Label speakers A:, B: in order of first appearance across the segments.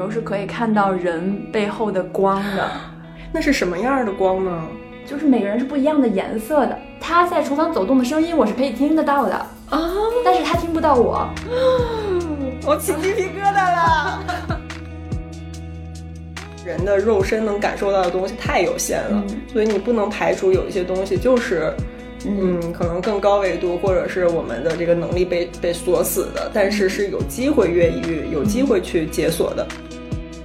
A: 候是可以看到人背后的光的，
B: 那是什么样的光呢？
A: 就是每个人是不一样的颜色的。他在厨房走动的声音，我是可以听得到的，
B: 啊，
A: 但是他听不到我。
B: 我起鸡皮疙瘩了。 人的肉身能感受到的东西太有限了，
A: 嗯
B: 所以你不能排除有一些东西就是，嗯，可能更高维度，或者是我们的这个能力被被锁死的，但是是有机会越狱，有机会去解锁的。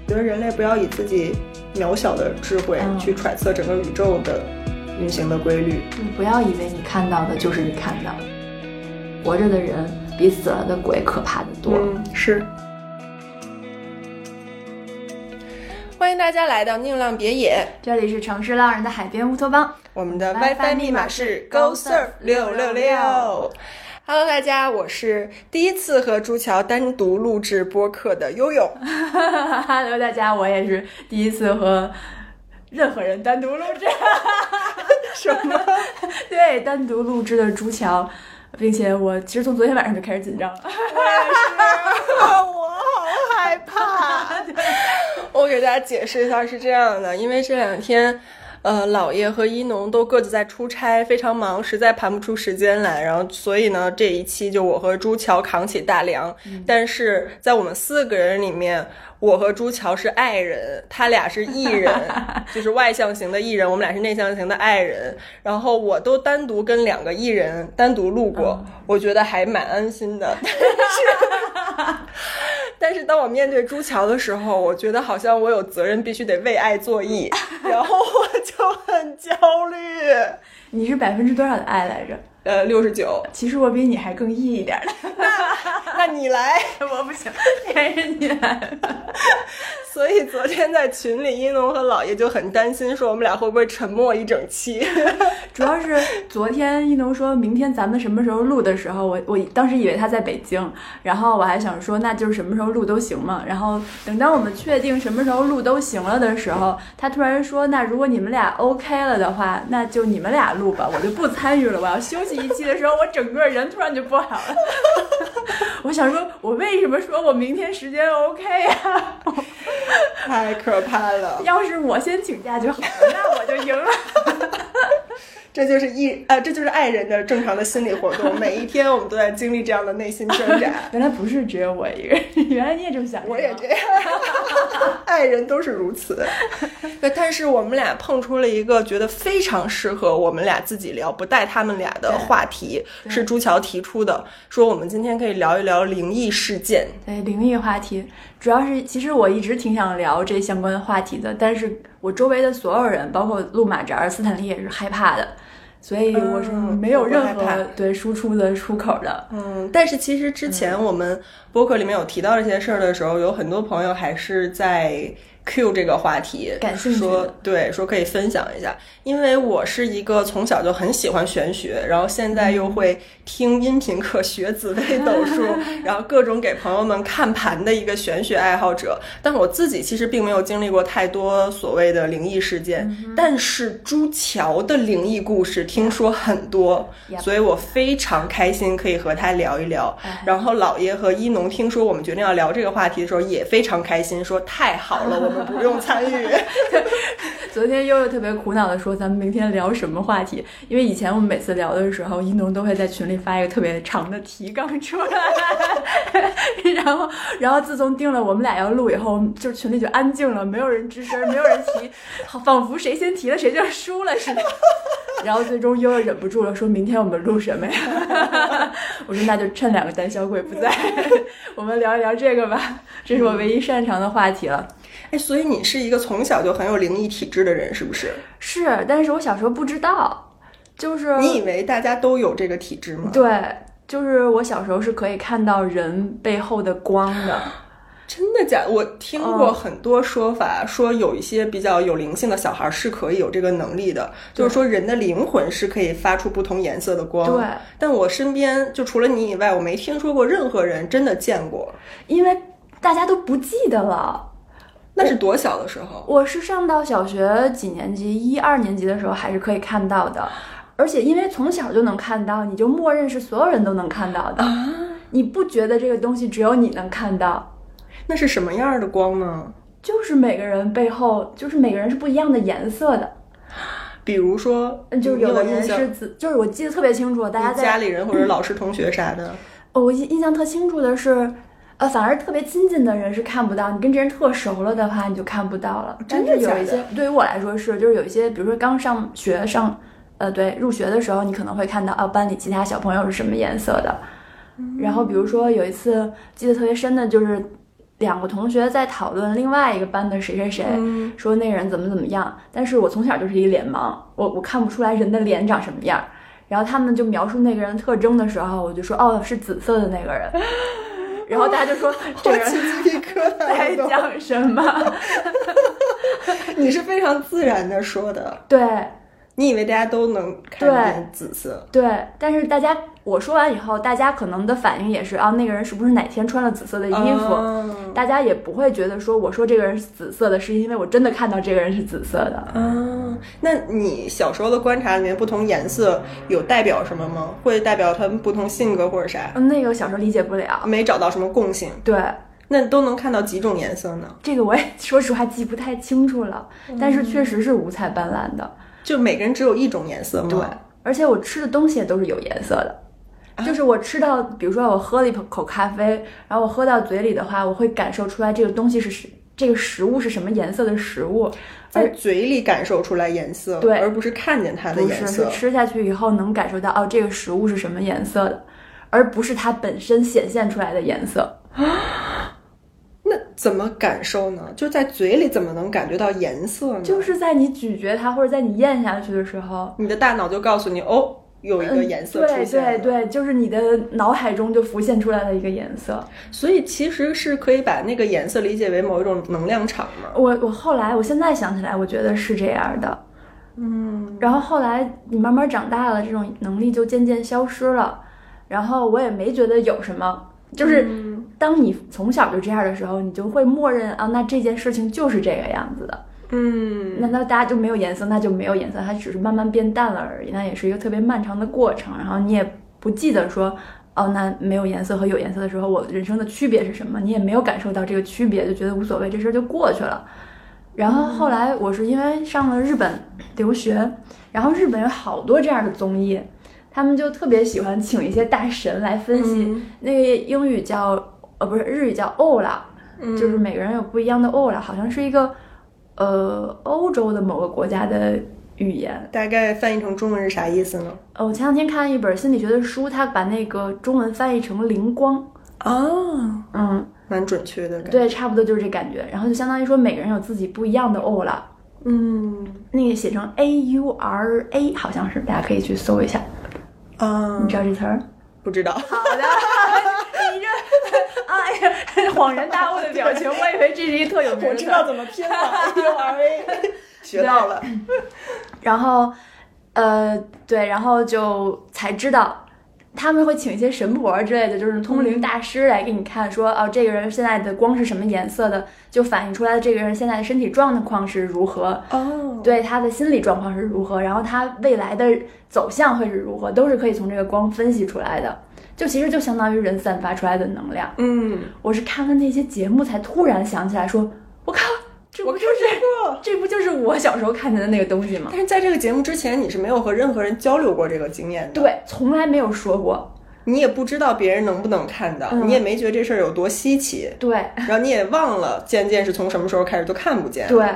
B: 觉得人类不要以自己渺小的智慧
A: 嗯
B: 去揣测整个宇宙的运行的规律。
A: 你不要以为你看到的就是你看到的，活着的人比死了的鬼可怕的多。
B: 嗯，是。欢迎大家来到宁浪别野，
A: 这里是城市浪人的海边乌托邦，
B: 我们的
A: WiFi
B: WiFi 密
A: 密
B: 码
A: 码
B: 是
A: 是
B: Go Surf
A: GoSurf
B: 六六六。Hello，大家，我是第一次和朱乔单独录制播客的悠 悠。
A: Hello，大家，我也是第一次和任何人单独录 制，
B: 什么？
A: 对，单独录制的朱桥，并且我其实从昨天晚上就开始紧 张了。
B: 我也是， 我好害怕。 我给大家解释一下，是这样的，因为这两天。呃，姥爷和一农都各自在出差，非常忙，实在盘不出时间来。然后，所以呢，这一期就我和朱乔扛起大梁。但是在我们四个人里面，我和朱乔是爱人，他俩是艺 人，就是外向型的艺人，我们俩是内向型的爱人。然后我都单独跟两个艺人单独录过，我觉得还蛮安心 的。但是，但是当我面对朱乔的时候，我觉得好像我有责任必须得为爱作义，然后我就很焦虑。
A: 你是百分之多少的爱来着？
B: 呃，六十九，
A: 其实我比你还更 E 一点的，
B: 那你来。
A: 我不行， 还是你来。
B: 所以昨天在群里，一农和姥爷就很担心，说我们俩会不会沉默一整期。
A: 主要是昨天一农说明天咱们什么时候录的时候，我我当时以为他在北京，然后我还想说那就是什么时候录都行嘛。然后等到我们确定什么时候录都行了的时候，他突然说那如果你们俩 OK 了的话，那就你们俩录吧，我就不参与了。我要休息一期的时候，我整个人突然就不好了。 我想说，我为什么说我明天时间 OK 啊呀、
B: 太可怕了，
A: 要是我先请假就好了，那我就赢了。
B: 这就是一呃，这就是爱人的正常的心理活动。每一天我们都在经历这样的内心挣扎。
A: 原来不是只有我一个人， 原来你也这么想。
B: 我也 这样，爱人都是如此。对，但是我们俩碰出了一个觉得非常适合我们俩自己聊，不带他们俩的话题，是朱乔提出的，说我们今天可以聊一聊灵异事件。
A: 对灵异话题，主要是其实我一直挺想聊这相关话题的，但是我周围的所有人，包括路马扎、斯坦利也是害怕的，所以
B: 嗯
A: 我是没有任
B: 我害怕
A: 何对输出的出口的。
B: 嗯，但是其实之
A: 嗯
B: 前我们播客里面有提到这些事儿的时候，有很多朋友还是在 Q 这个话题，
A: 感兴趣的
B: 说对，说可以分享一下。因为我是一个从小就很喜欢玄学，然后现在又会听音频课学紫微 斗数，然后各种给朋友们看盘的一个玄学爱好者。但我自己其实并没有经历过太多所谓的灵异事
A: 嗯
B: 件，但是朱桥的灵异故事听说很多
A: Yep
B: 所以我非常开心可以和他聊一聊。
A: 哎
B: 然后老爷和一农听说我们决定要聊这个话题的时候，也非常开心，说太好了，我们不用参与。
A: 昨天悠悠特别苦恼的说，咱们明天聊什么话题？因为以前我们每次聊的时候，一农都会在群里发一个特别长的提纲出来， 然后，然后自从定了我们俩要录以后，就群里就安静了，没有人吱声，没有人提，好仿佛谁先提了谁就输了似的。然后最终悠悠忍不住了，说明天我们录什么呀？ 我说那就趁两个胆小鬼不在， 我们聊一聊这个吧，这是我唯一擅长的话题了。
B: 哎，所以你是一个从小就很有灵异体质的人，是不是？
A: 是，但是我小时候不知道，就是
B: 你以为大家都有这个体质吗？
A: 对，就是我小时候是可以看到人背后的光 的。
B: 真的假的？我听
A: 嗯
B: 过很多说法，说有一些比较有灵性的小孩是可以有这个能力的，就是说人的灵魂是可以发出不同颜色的光。
A: 对，
B: 但我身边就除了你以外，我没听说过任何人真的见过。
A: 因为大家都不记得了。
B: 那是多小的时候？
A: 我是上到小学几年级，一二年级的时候还是可以看到的，而且因为从小就能看到，你就默啊
B: 嗯
A: 认是所有人都能看到的，你不觉得这个东西只有你能看到？
B: 那是什么样的光呢？
A: 就是每个人背后，就是每个人是不一样的颜色的。
B: 比如说，
A: 嗯就是
B: 你有
A: 有的人
B: 印象
A: 是紫，就是我记得特别清楚，大家
B: 家
A: 在
B: 里人或者老师、同学啥的，
A: 哦，我印印象特清楚的是，呃，反而特别亲近的人是看不到，你跟这人特熟了的话，你就看不到了。但
B: 真
A: 是
B: 的
A: 有一
B: 假的
A: 些，对于我来说是，就是有一些，比如说刚上学上，呃，对，入学的时候，你可能会看到啊，班里其他小朋友是什么颜色的。
B: 嗯
A: 然后比如说有一次记得特别深的就是。两个同学在讨论另外一个班的谁谁谁，
B: 嗯
A: 说那个人怎么怎么样，但是我从小就是一脸盲，我我看不出来人的脸长什么样。然后他们就描述那个人的特征的时候，我就说哦是紫色的那个人，然后大 家就说这
B: 我
A: 个
B: 起
A: 人
B: 鸡皮疙
A: 在
B: 瘩了
A: 讲什么？
B: 都。 你是非常自然的说的，
A: 对
B: 你以为大家都能看见紫色？
A: 对，但是大家我说完以后，大家可能的反应也是啊那个人是不是哪天穿了紫色的衣服？
B: 啊
A: 大家也不会觉得说我说这个人是紫色的，是因为我真的看到这个人是紫色的。
B: 啊，那你小时候的观察里面，不同颜色有代表什么吗？会代表他们不同性格或者啥？
A: 嗯，那个我小时候理解不了。
B: 没找到什么共性，
A: 对，
B: 那都能看到几种颜色呢？
A: 这个我也 说实话记不太清楚了，但是确实是五彩斑斓的。
B: 就每个人只有一种颜色吗？
A: 对，而且我吃的东西也都是有颜色的。
B: 啊
A: 就是我吃到，比如说我喝了一口咖啡，然后我喝到嘴里的话，我会感受出来这个东西是什这个食物是什么颜色的食物，
B: 在
A: 而
B: 嘴里感受出来颜色，
A: 对
B: 而不是看见它的
A: 不
B: 颜
A: 是是
B: 色。
A: 吃下去以后能感受到哦，这个食物是什么颜色的，而不是它本身显现出来的颜色。
B: 那怎么感受呢？就在嘴里怎么能感觉到颜色呢？
A: 就是在你咀嚼它或者在你咽下去的时候，
B: 你的大脑就告诉你，哦，有一个颜色出
A: 嗯对
B: 现了。
A: 对对，就是你的脑海中就浮现出来的一个颜色。
B: 所以其实是可以把那个颜色理解为某一种能量场嘛。
A: 我我后来，我现在想起来，我觉得是这样的。嗯，然后后来你慢慢长大了，这种能力就渐渐消失了。然后我也没觉得有什么，就是当你从小就这样的时候，你就会默认啊，那这件事情就是这个样子的。
B: 嗯，
A: 那那大家就没有颜色，那就没有颜色，它只是慢慢变淡了而已。那也是一个特别漫长的过程。然后你也不记得说，哦，那没有颜色和有颜色的时候，我人生的区别是什么？你也没有感受到这个区别，就觉得无所谓，这事儿就过去了。然后后来我是因为上了日本留学，然后日本有好多这样的综艺，他们就特别喜欢请一些大神来分析。
B: 嗯
A: 那个英语叫呃不是日语叫 o l a 就是每个人有不一样的 o l a 好像是一个呃欧洲的某个国家的语言。
B: 大概翻译成中文是啥意思呢？
A: 呃，我前两天看一本心理学的书，他把那个中文翻译成灵光。
B: 哦，
A: 嗯，
B: 蛮准确的感觉。
A: 对，差不多就是这感觉。然后就相当于说每个人有自己不一样的 o l a
B: 嗯
A: 那个写成 A U R A，好像是，大家可以去搜一下。
B: 啊
A: 你，知道这词儿？
B: 不知道。
A: 好的，你这， 哎呀，恍然大悟的表情，我以为这是一特有名
B: 我
A: 的
B: 知
A: 词
B: 道
A: 儿。
B: 怎么 拼了，A U R A，学到了。
A: 然后，呃，对，然后就才知道。他们会请一些神婆之类的，就是通
B: 嗯
A: 灵大师来给你看说，哦，这个人现在的光是什么颜色的，就反映出来这个人现在的身体状况是如何，
B: 哦，
A: 对他的心理状况是如何，然后他未来的走向会是如何，都是可以从这个光分析出来的。就其实就相当于人散发出来的能量。
B: 嗯，
A: 我是看了那些节目才突然想起来说，我靠，这
B: 我
A: 不
B: 看
A: 就是
B: 过。
A: 这不就是我小时候看见的那个东西吗？
B: 但是在这个节目之前，你是没有和任何人交流过这个经验的，
A: 对，从来没有说过。
B: 你也不知道别人能不能看到，
A: 嗯
B: 你也没觉得这事儿有多稀奇，
A: 对
B: 然后你也忘了渐渐是从什么时候开始就看不见，，
A: 对，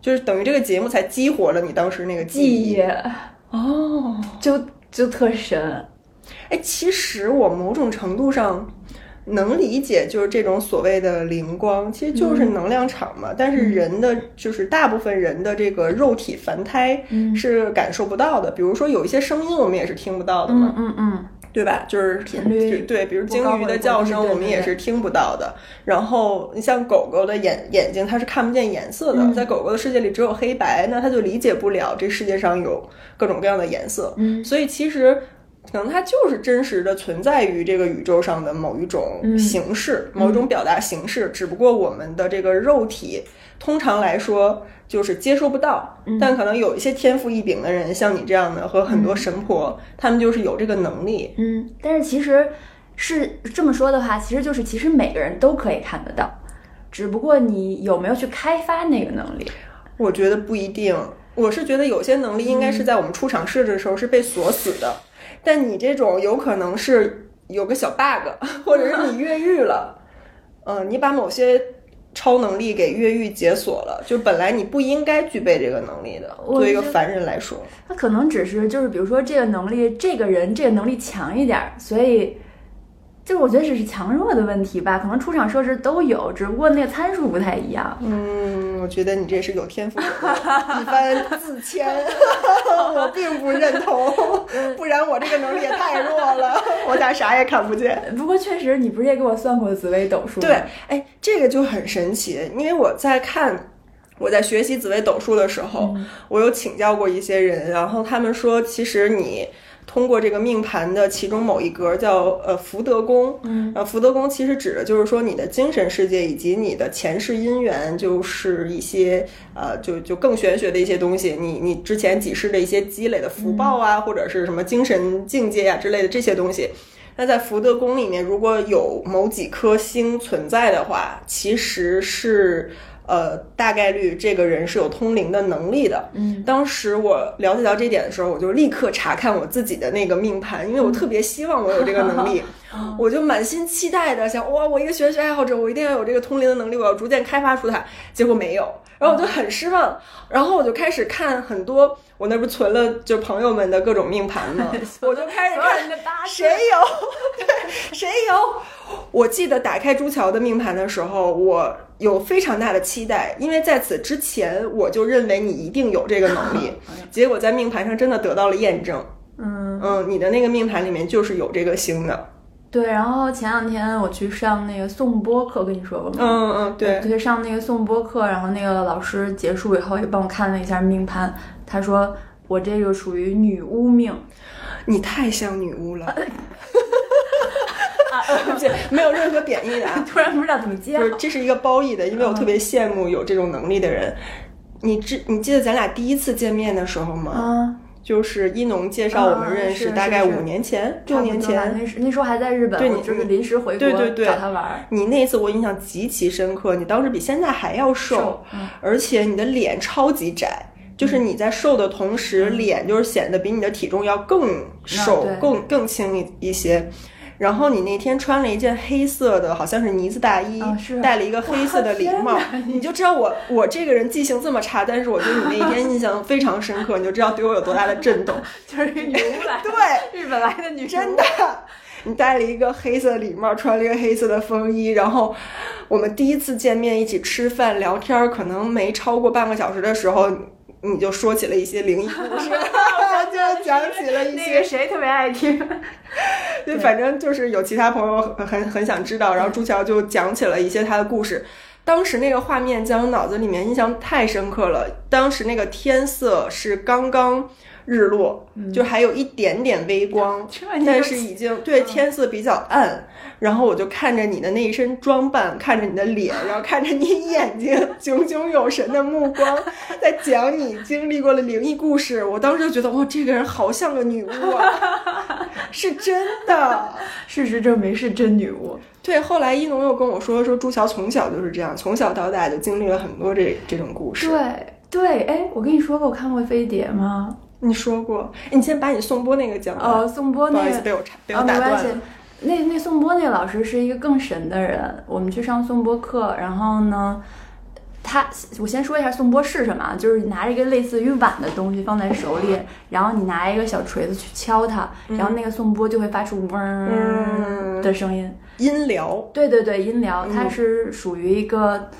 B: 就是等于这个节目才激活了你当时那个
A: 记忆
B: 忆。哦，
A: 就就特神。
B: 哎，其实我某种程度上能理解，就是这种所谓的灵光，其实就是
A: 嗯
B: 能量场嘛。但是人的就是大部分人的这个肉体凡胎
A: 嗯
B: 是感受不到的，比如说有一些声音我们也是听不到的嘛。
A: 嗯嗯嗯，
B: 对吧？就是
A: 频率
B: 就对，比如
A: 不高
B: 鲸鱼
A: 或者
B: 的
A: 不
B: 叫
A: 低
B: 声，
A: 对
B: 我们
A: 对
B: 也
A: 对
B: 是听不到的。然后，你像狗狗的眼眼睛，它是看不见颜色的，
A: 嗯
B: 在狗狗的世界里只有黑白，那它就理解不了这世界上有各种各样的颜色。
A: 嗯
B: 所以其实可能它就是真实的存在于这个宇宙上的某一种
A: 嗯
B: 形式，某一种表达形式，只不过我们的这个肉体通常来说就是接收不到，
A: 嗯
B: 但可能有一些天赋异禀的人，像你这样的和很多神婆，他们就是有这个能力。
A: 嗯，但是其实是这么说的话，其实就是其实每个人都可以看得到。只不过你有没有去开发那个能力。
B: 我觉得不一定，我是觉得有些能力应该
A: 嗯
B: 是在我们初尝试的时候是被锁死的，但你这种有可能是有个小 bug，或者 是你越狱了，嗯、你把某些超能力给越狱解锁了，就本来你不应该具备这个能力的，
A: 我
B: 作为一个
A: 觉得
B: 凡人来说，
A: 他可能只是就是比如说这个能力，这个人这个能力强一点儿，所以就是我觉得只是强弱的问题吧，可能出场设置都有，只不过那个参数不太一样。
B: 嗯，我觉得你这是有天赋的 一番自谦， 我并不认同，
A: 嗯
B: 不然我这个能力也太弱了，我咋啥也看不见。
A: 不过确实，你不是也给我算过紫微斗数吗？
B: 对，哎，这个就很神奇，因为我在看。我在学习紫微斗数的时候，我有请教过一些人，然后他们说，其实你通过这个命盘的其中某一格叫呃福德宫，
A: 嗯，
B: 呃福德宫其实指的就是说你的精神世界以及你的前世姻缘，就是一些呃就就更玄学的一些东西，你你之前几世的一些积累的福报啊，或者是什么精神境界啊呀、之类的这些东西，那在福德宫里面，如果有某几颗星存在的话，其实是呃大概率这个人是有通灵的能力的。
A: 嗯，
B: 当时我了解到这点的时候，我就立刻查看我自己的那个命盘，因为我特别希望我有这个能力，我就满心期待的想，哇，我一个玄学爱好者，我一定要有这个通灵的能力，我要逐渐开发出它。结果没有，然后我就很失望，然后我就开始看很多，我那不是存了就朋友们的各种命盘吗？我就开始
A: 所有
B: 看
A: 人的八字
B: 谁有？ 对，谁有？我记得打开朱桥的命盘的时候，我有非常大的期待，因为在此之前我就认为你一定有这个能力
A: 哎呀，
B: 结果在命盘上真的得到了验证。
A: 嗯，
B: 嗯，你的那个命盘里面就是有这个星的。
A: 对。然后前两天我去上那个颂钵课，跟你说过吗？
B: 嗯嗯，对，
A: 对，上那个颂钵课，然后那个老师结束以后也帮我看了一下命盘，他说我这个属于女巫命，
B: 你太像女巫了。
A: 哎 啊呃
B: 对不起，没有任何贬义的 啊。
A: 突然不知道怎么接
B: 就
A: 好
B: 是这是一个褒义的，因为我特
A: 嗯
B: 别羡慕有这种能力的人。你知你记得咱俩第一次见面的时候吗？
A: 啊，
B: 就是一农介绍我们认
A: 啊
B: 识，
A: 是
B: 大概
A: 是是
B: 五年前、
A: 差
B: 六
A: 不
B: 年
A: 多吧
B: 前。
A: 那时那时候还在日本，
B: 对
A: 我
B: 你
A: 就是临时回国
B: 对对对
A: 找他玩儿，
B: 你那次我印象极其深刻，你当时比现在还要瘦，
A: 瘦嗯
B: 而且你的脸超级窄，就是你在瘦的同时，脸就是显得比你的体重要更瘦、
A: 嗯啊对
B: 更更轻一一些。然后你那天穿了一件黑色的，好像是呢子大衣，
A: 啊是
B: 戴了一个黑色的礼帽，你就知道我我这个人记性这么差，但是我对你那一天印象非常深刻，你就知道对我有多大的震动。
A: 就是女巫来，
B: 对，
A: 日本来的女巫，
B: 真的，你戴了一个黑色的礼帽，穿了一个黑色的风衣，然后我们第一次见面一起吃饭聊天儿，可能没超过半个小时的时候，你就说起了一些灵异 故事，就讲起了一
A: 那个
B: 些，
A: 谁特别爱听，
B: 就反正就是有其他朋友很很很想知道，然后朱乔就讲起了一些他的故事。当时那个画面在我脑子里面印象太深刻了。当时那个天色是刚刚日落，就还有一点点微光，
A: 这你就
B: 但是已经对天色比较暗，然后我就看着你的那一身装扮，看着你的脸，然后看着你眼睛炯炯有神的目光，在讲你经历过的灵异故事，我当时就觉得哇，这个人好像个女巫啊，是真的。
A: 事实证明是真女巫。
B: 对，后来一农又跟我说，说朱乔从小就是这样，从小到大就经历了很多这这种故事。
A: 对对，哎，我跟你说过我看过飞碟吗？
B: 你说过，哎你先把你宋波那个讲完。
A: 哦，宋波
B: 不好
A: 那
B: 意思，
A: 个。
B: 被我插，被
A: 啊，
B: 我打
A: 没
B: 断
A: 关系
B: 了。。
A: 那那颂钵那老师是一个更神的人，我们去上颂钵课，然后呢，他我先说一下颂钵是什么啊，就是拿着一个类似于碗的东西放在手里，然后你拿一个小锤子去敲它，
B: 嗯
A: 然后那个颂钵就会发出嗡儿的声音。
B: 音疗，
A: 对对对，音疗
B: 嗯
A: 它是属于一个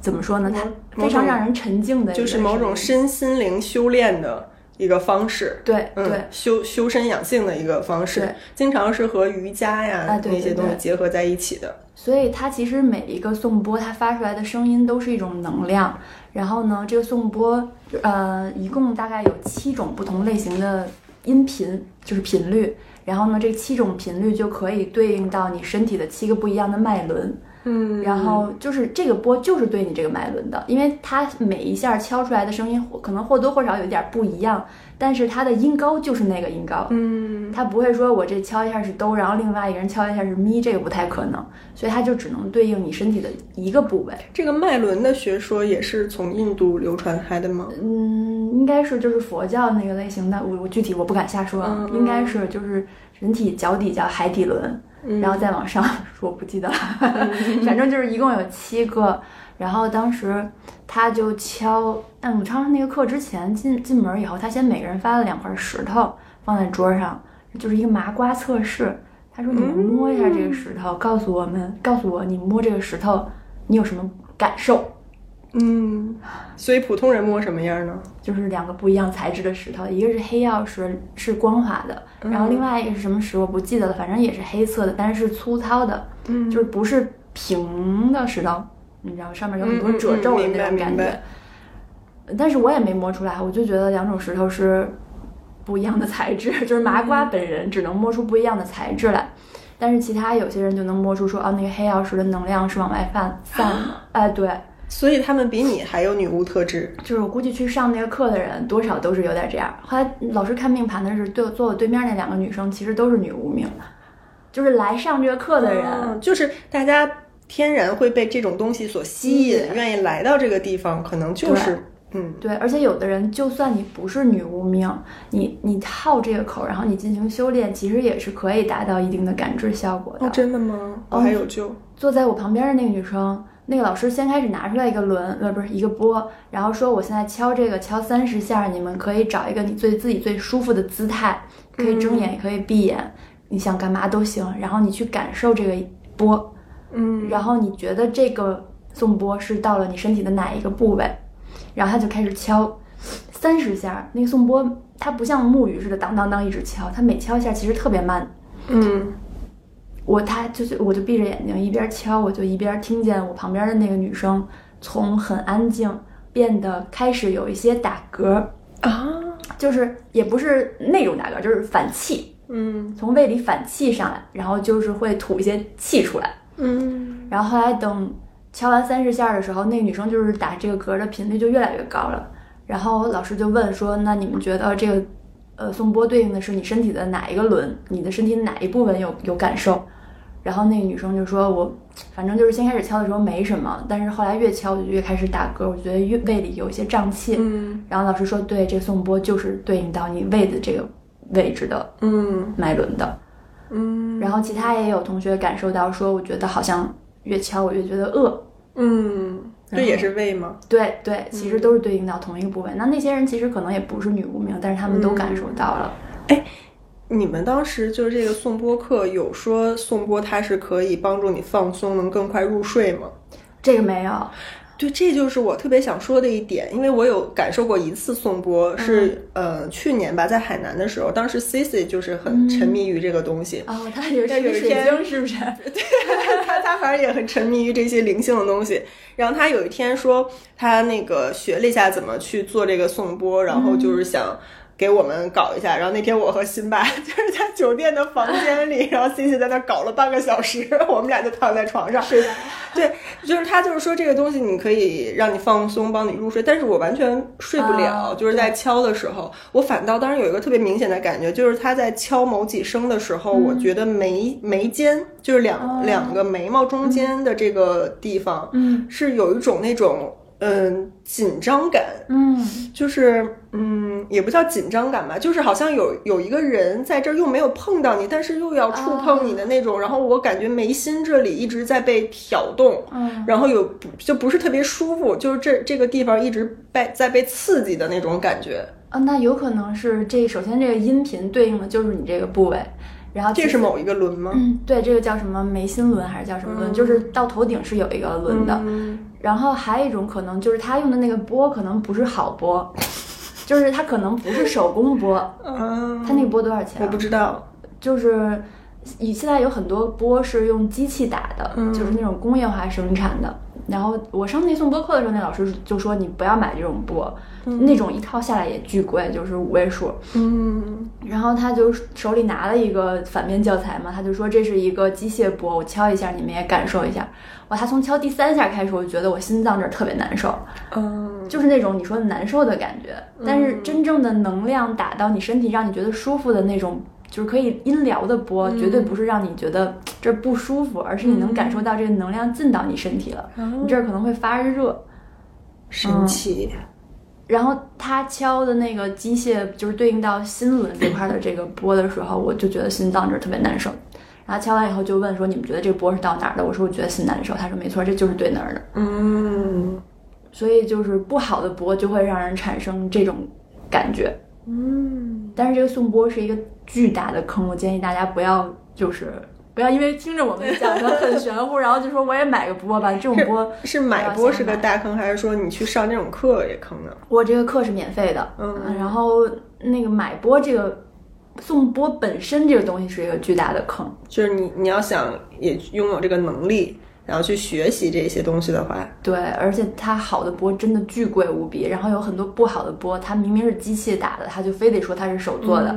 A: 怎么说呢？它
B: 某
A: 非常
B: 种
A: 让人沉静的一个声
B: 就
A: 音，
B: 是某种身心灵修炼的一个方式。
A: 对对。
B: 嗯，修修身养性的一个方式
A: 对，
B: 经常是和瑜伽呀、
A: 啊对
B: 那些
A: 对
B: 东西
A: 对嗯
B: 结合在一起的。
A: 所以它其实每一个颂钵，它发出来的声音都是一种能量。然后呢，这个颂钵，呃，一共大概有七种不同类型的音频，就是频率。然后呢，这七种频率就可以对应到你身体的七个不一样的脉轮。
B: 嗯，
A: 然后就是这个波就是对你这个脉轮的，因为它每一下敲出来的声音或可能或多或少有点不一样，但是它的音高就是那个音高，
B: 嗯，
A: 它不会说我这敲一下是哆，然后另外一个人敲一下是咪，这个不太可能，所以它就只能对应你身体的一个部位。
B: 这个脉轮的学说也是从印度流传开的吗？
A: 嗯，应该是就是佛教那个类型的，我我具体我不敢瞎说，啊，
B: 嗯嗯
A: 应该是就是人体脚底叫海底轮，然后再往上， 我不记得了， 反正就是一共有七个。然后当时他就敲，但武昌那个课之前进进门以后，他先每个人发了两块石头放在桌上，就是一个麻瓜测试。他说：“你们摸一下
B: 嗯
A: 这个石头，告诉我们，告诉我你摸这个石头，你有什么感受？”
B: 嗯，所以普通人摸什么样呢？
A: 就是两个不一样材质的石头，一个是黑曜石，是光滑的，
B: 嗯
A: 然后另外一个是什么石我不记得了，反正也是黑色的，但是是粗糙的，
B: 嗯
A: 就是不是平的石头，你知道上面有很多褶皱的
B: 嗯嗯
A: 那种
B: 嗯明白
A: 感
B: 明
A: 觉
B: 白。
A: 但是我也没摸出来，我就觉得两种石头是不一样的材质， 就是麻瓜本人只能摸出不一样的材质来，
B: 嗯
A: 但是其他有些人就能摸出说，哦，那个黑曜石的能量是往外散 散的，哎，对，
B: 所以他们比你还有女巫特质。
A: 就是我估计去上那个课的人，多少都是有点这样。后来老师看命盘的时候，对我坐我对面那两个女生，其实都是女无名，就是来上这个课的人，
B: 嗯，就是大家天然会被这种东西所吸引，
A: 嗯
B: 愿意来到这个地方，可能就是嗯
A: 对，而且有的人，就算你不是女无名，你你好这个口，然后你进行修炼，其实也是可以达到一定的感知效果的。
B: 哦，真的吗？我还有救。
A: 坐在我旁边的那个女生，那个老师先开始拿出来一个轮，呃，不是一个波，然后说我现在敲这个敲三十下，你们可以找一个你最自己最舒服的姿态，可以睁眼也可以闭眼，你想干嘛都行，然后你去感受这个波，
B: 嗯，
A: 然后你觉得这个送波是到了你身体的哪一个部位，然后他就开始敲三十下，那个送波它不像木鱼似的当当当一直敲，它每敲一下其实特别慢，
B: 嗯，
A: 我他就是我就闭着眼睛一边敲，我就一边听见我旁边的那个女生从很安静变得开始有一些打嗝，
B: 啊，
A: 就是也不是那种打嗝，就是反气，
B: 嗯
A: 从胃里反气上来，然后就是会吐一些气出来。
B: 嗯，
A: 然后后来等敲完三十下的时候，那个女生就是打这个嗝的频率就越来越高了。然后老师就问说：“那你们觉得这个，呃，送波对应的是你身体的哪一个轮？你的身体哪一部分有有感受？”然后那个女生就说：“我反正就是先开始敲的时候没什么，但是后来越敲我就越开始打嗝，我觉得越胃里有一些胀气。”
B: 嗯
A: 然后老师说：“对，这送波就是对应到你胃的这个位置的
B: 嗯
A: 脉轮的。”
B: 嗯
A: 然后其他也有同学感受到说，我觉得好像越敲我越觉得饿。
B: 嗯，这也是胃吗？
A: 对对，其实都是对应到同一个部位。那那些人其实可能也不是女无名，但是他们都感受到了。
B: 你们当时就是这个颂钵课有说颂钵它是可以帮助你放松，能更快入睡吗？
A: 这个没有，
B: 对，这就是我特别想说的一点，因为我有感受过一次颂钵，是呃去年吧，在海南的时候，当时 Cici 就是很沉迷于这个东西，
A: 哦，他也
B: 但有
A: 是
B: 一
A: 水
B: 天
A: 晶，是不是？
B: 他他反正也很沉迷于这些灵性的东西。然后他有一天说，他那个学了一下怎么去做这个颂钵，然后
A: 嗯
B: 就是想。给我们搞一下，然后那天我和辛巴 就是在酒店的房间里，然后欣欣在那儿搞了半个小时，我们俩就躺在床上。
A: 是的，
B: 对，就是他就是说这个东西你可以让你放松，帮你入睡，但是我完全睡不了。
A: 啊
B: 就是在敲的时候，我反倒当时有一个特别明显的感觉，就是他在敲某几声的时候，我觉得眉眉间就是两、
A: 哦
B: 两个眉毛中间的这个地方，
A: 嗯
B: 是有一种那种嗯紧张感，
A: 嗯，
B: 就是嗯，也不叫紧张感吧，就是好像有有一个人在这儿又没有碰到你，但是又要触碰你的那种，然后我感觉眉心这里一直在被挑动，
A: 嗯，
B: 然后有不就不是特别舒服，就是这这个地方一直被在被刺激的那种感觉，
A: 啊，那有可能是这首先这个音频对应的就是你这个部位，然后
B: 这
A: 其
B: 是某一个轮吗？
A: 嗯，对，这个叫什么眉心轮还是叫什么轮？就是到头顶是有一个轮的。
B: 嗯
A: 然后还有一种可能就是他用的那个波可能不是好波， 就是他可能不是手工波，
B: 啊，
A: 他那个波多少钱、
B: 我
A: 啊
B: 不？知道，
A: 就是以现在有很多波是用机器打的，
B: 嗯
A: 就是那种工业化生产的。然后我上那送波课的时候，那老师就说你不要买这种波，那种一套下来也巨贵，就是五位数。
B: 嗯，
A: 然后他就手里拿了一个反面教材嘛，他就说这是一个机械波，我敲一下，你们也感受一下。哇，他从敲第三下开始，我觉得我心脏这儿特别难受，
B: 嗯，
A: 就是那种你说的难受的感觉。但是
B: 嗯
A: 真正的能量打到你身体，让你觉得舒服的那种，就是可以音疗的波，绝对不是让你觉得这不舒服，而是你能感受到这个能量进到你身体了，你这儿可能会发热。
B: 神
A: 嗯
B: 奇，
A: 然后他敲的那个机械就是对应到心轮这块的这个波的时候，我就觉得心脏这儿特别难受。然后敲完以后就问说：“你们觉得这波是到哪儿的？”我说：“我觉得心难受。”他说：“没错，这就是对那儿的。
B: 嗯”
A: 所以就是不好的波就会让人产生这种感觉。
B: 嗯，
A: 但是这个送波是一个巨大的坑，我建议大家不要就是不要因为听着我们讲的很玄乎，然后就说我也买个波吧。这种波
B: 是买波是
A: 不要
B: 个
A: 瞎买
B: 大坑，还是说你去上那种课也坑呢？
A: 我这个课是免费的，
B: 嗯
A: 然后那个买波这个送波本身这个东西是一个巨大的坑，
B: 就是你你要想也拥有这个能力，然后去学习这些东西的话，
A: 对，而且它好的波真的巨贵无比，然后有很多不好的波，它明明是机器打的，它就非得说它是手做的，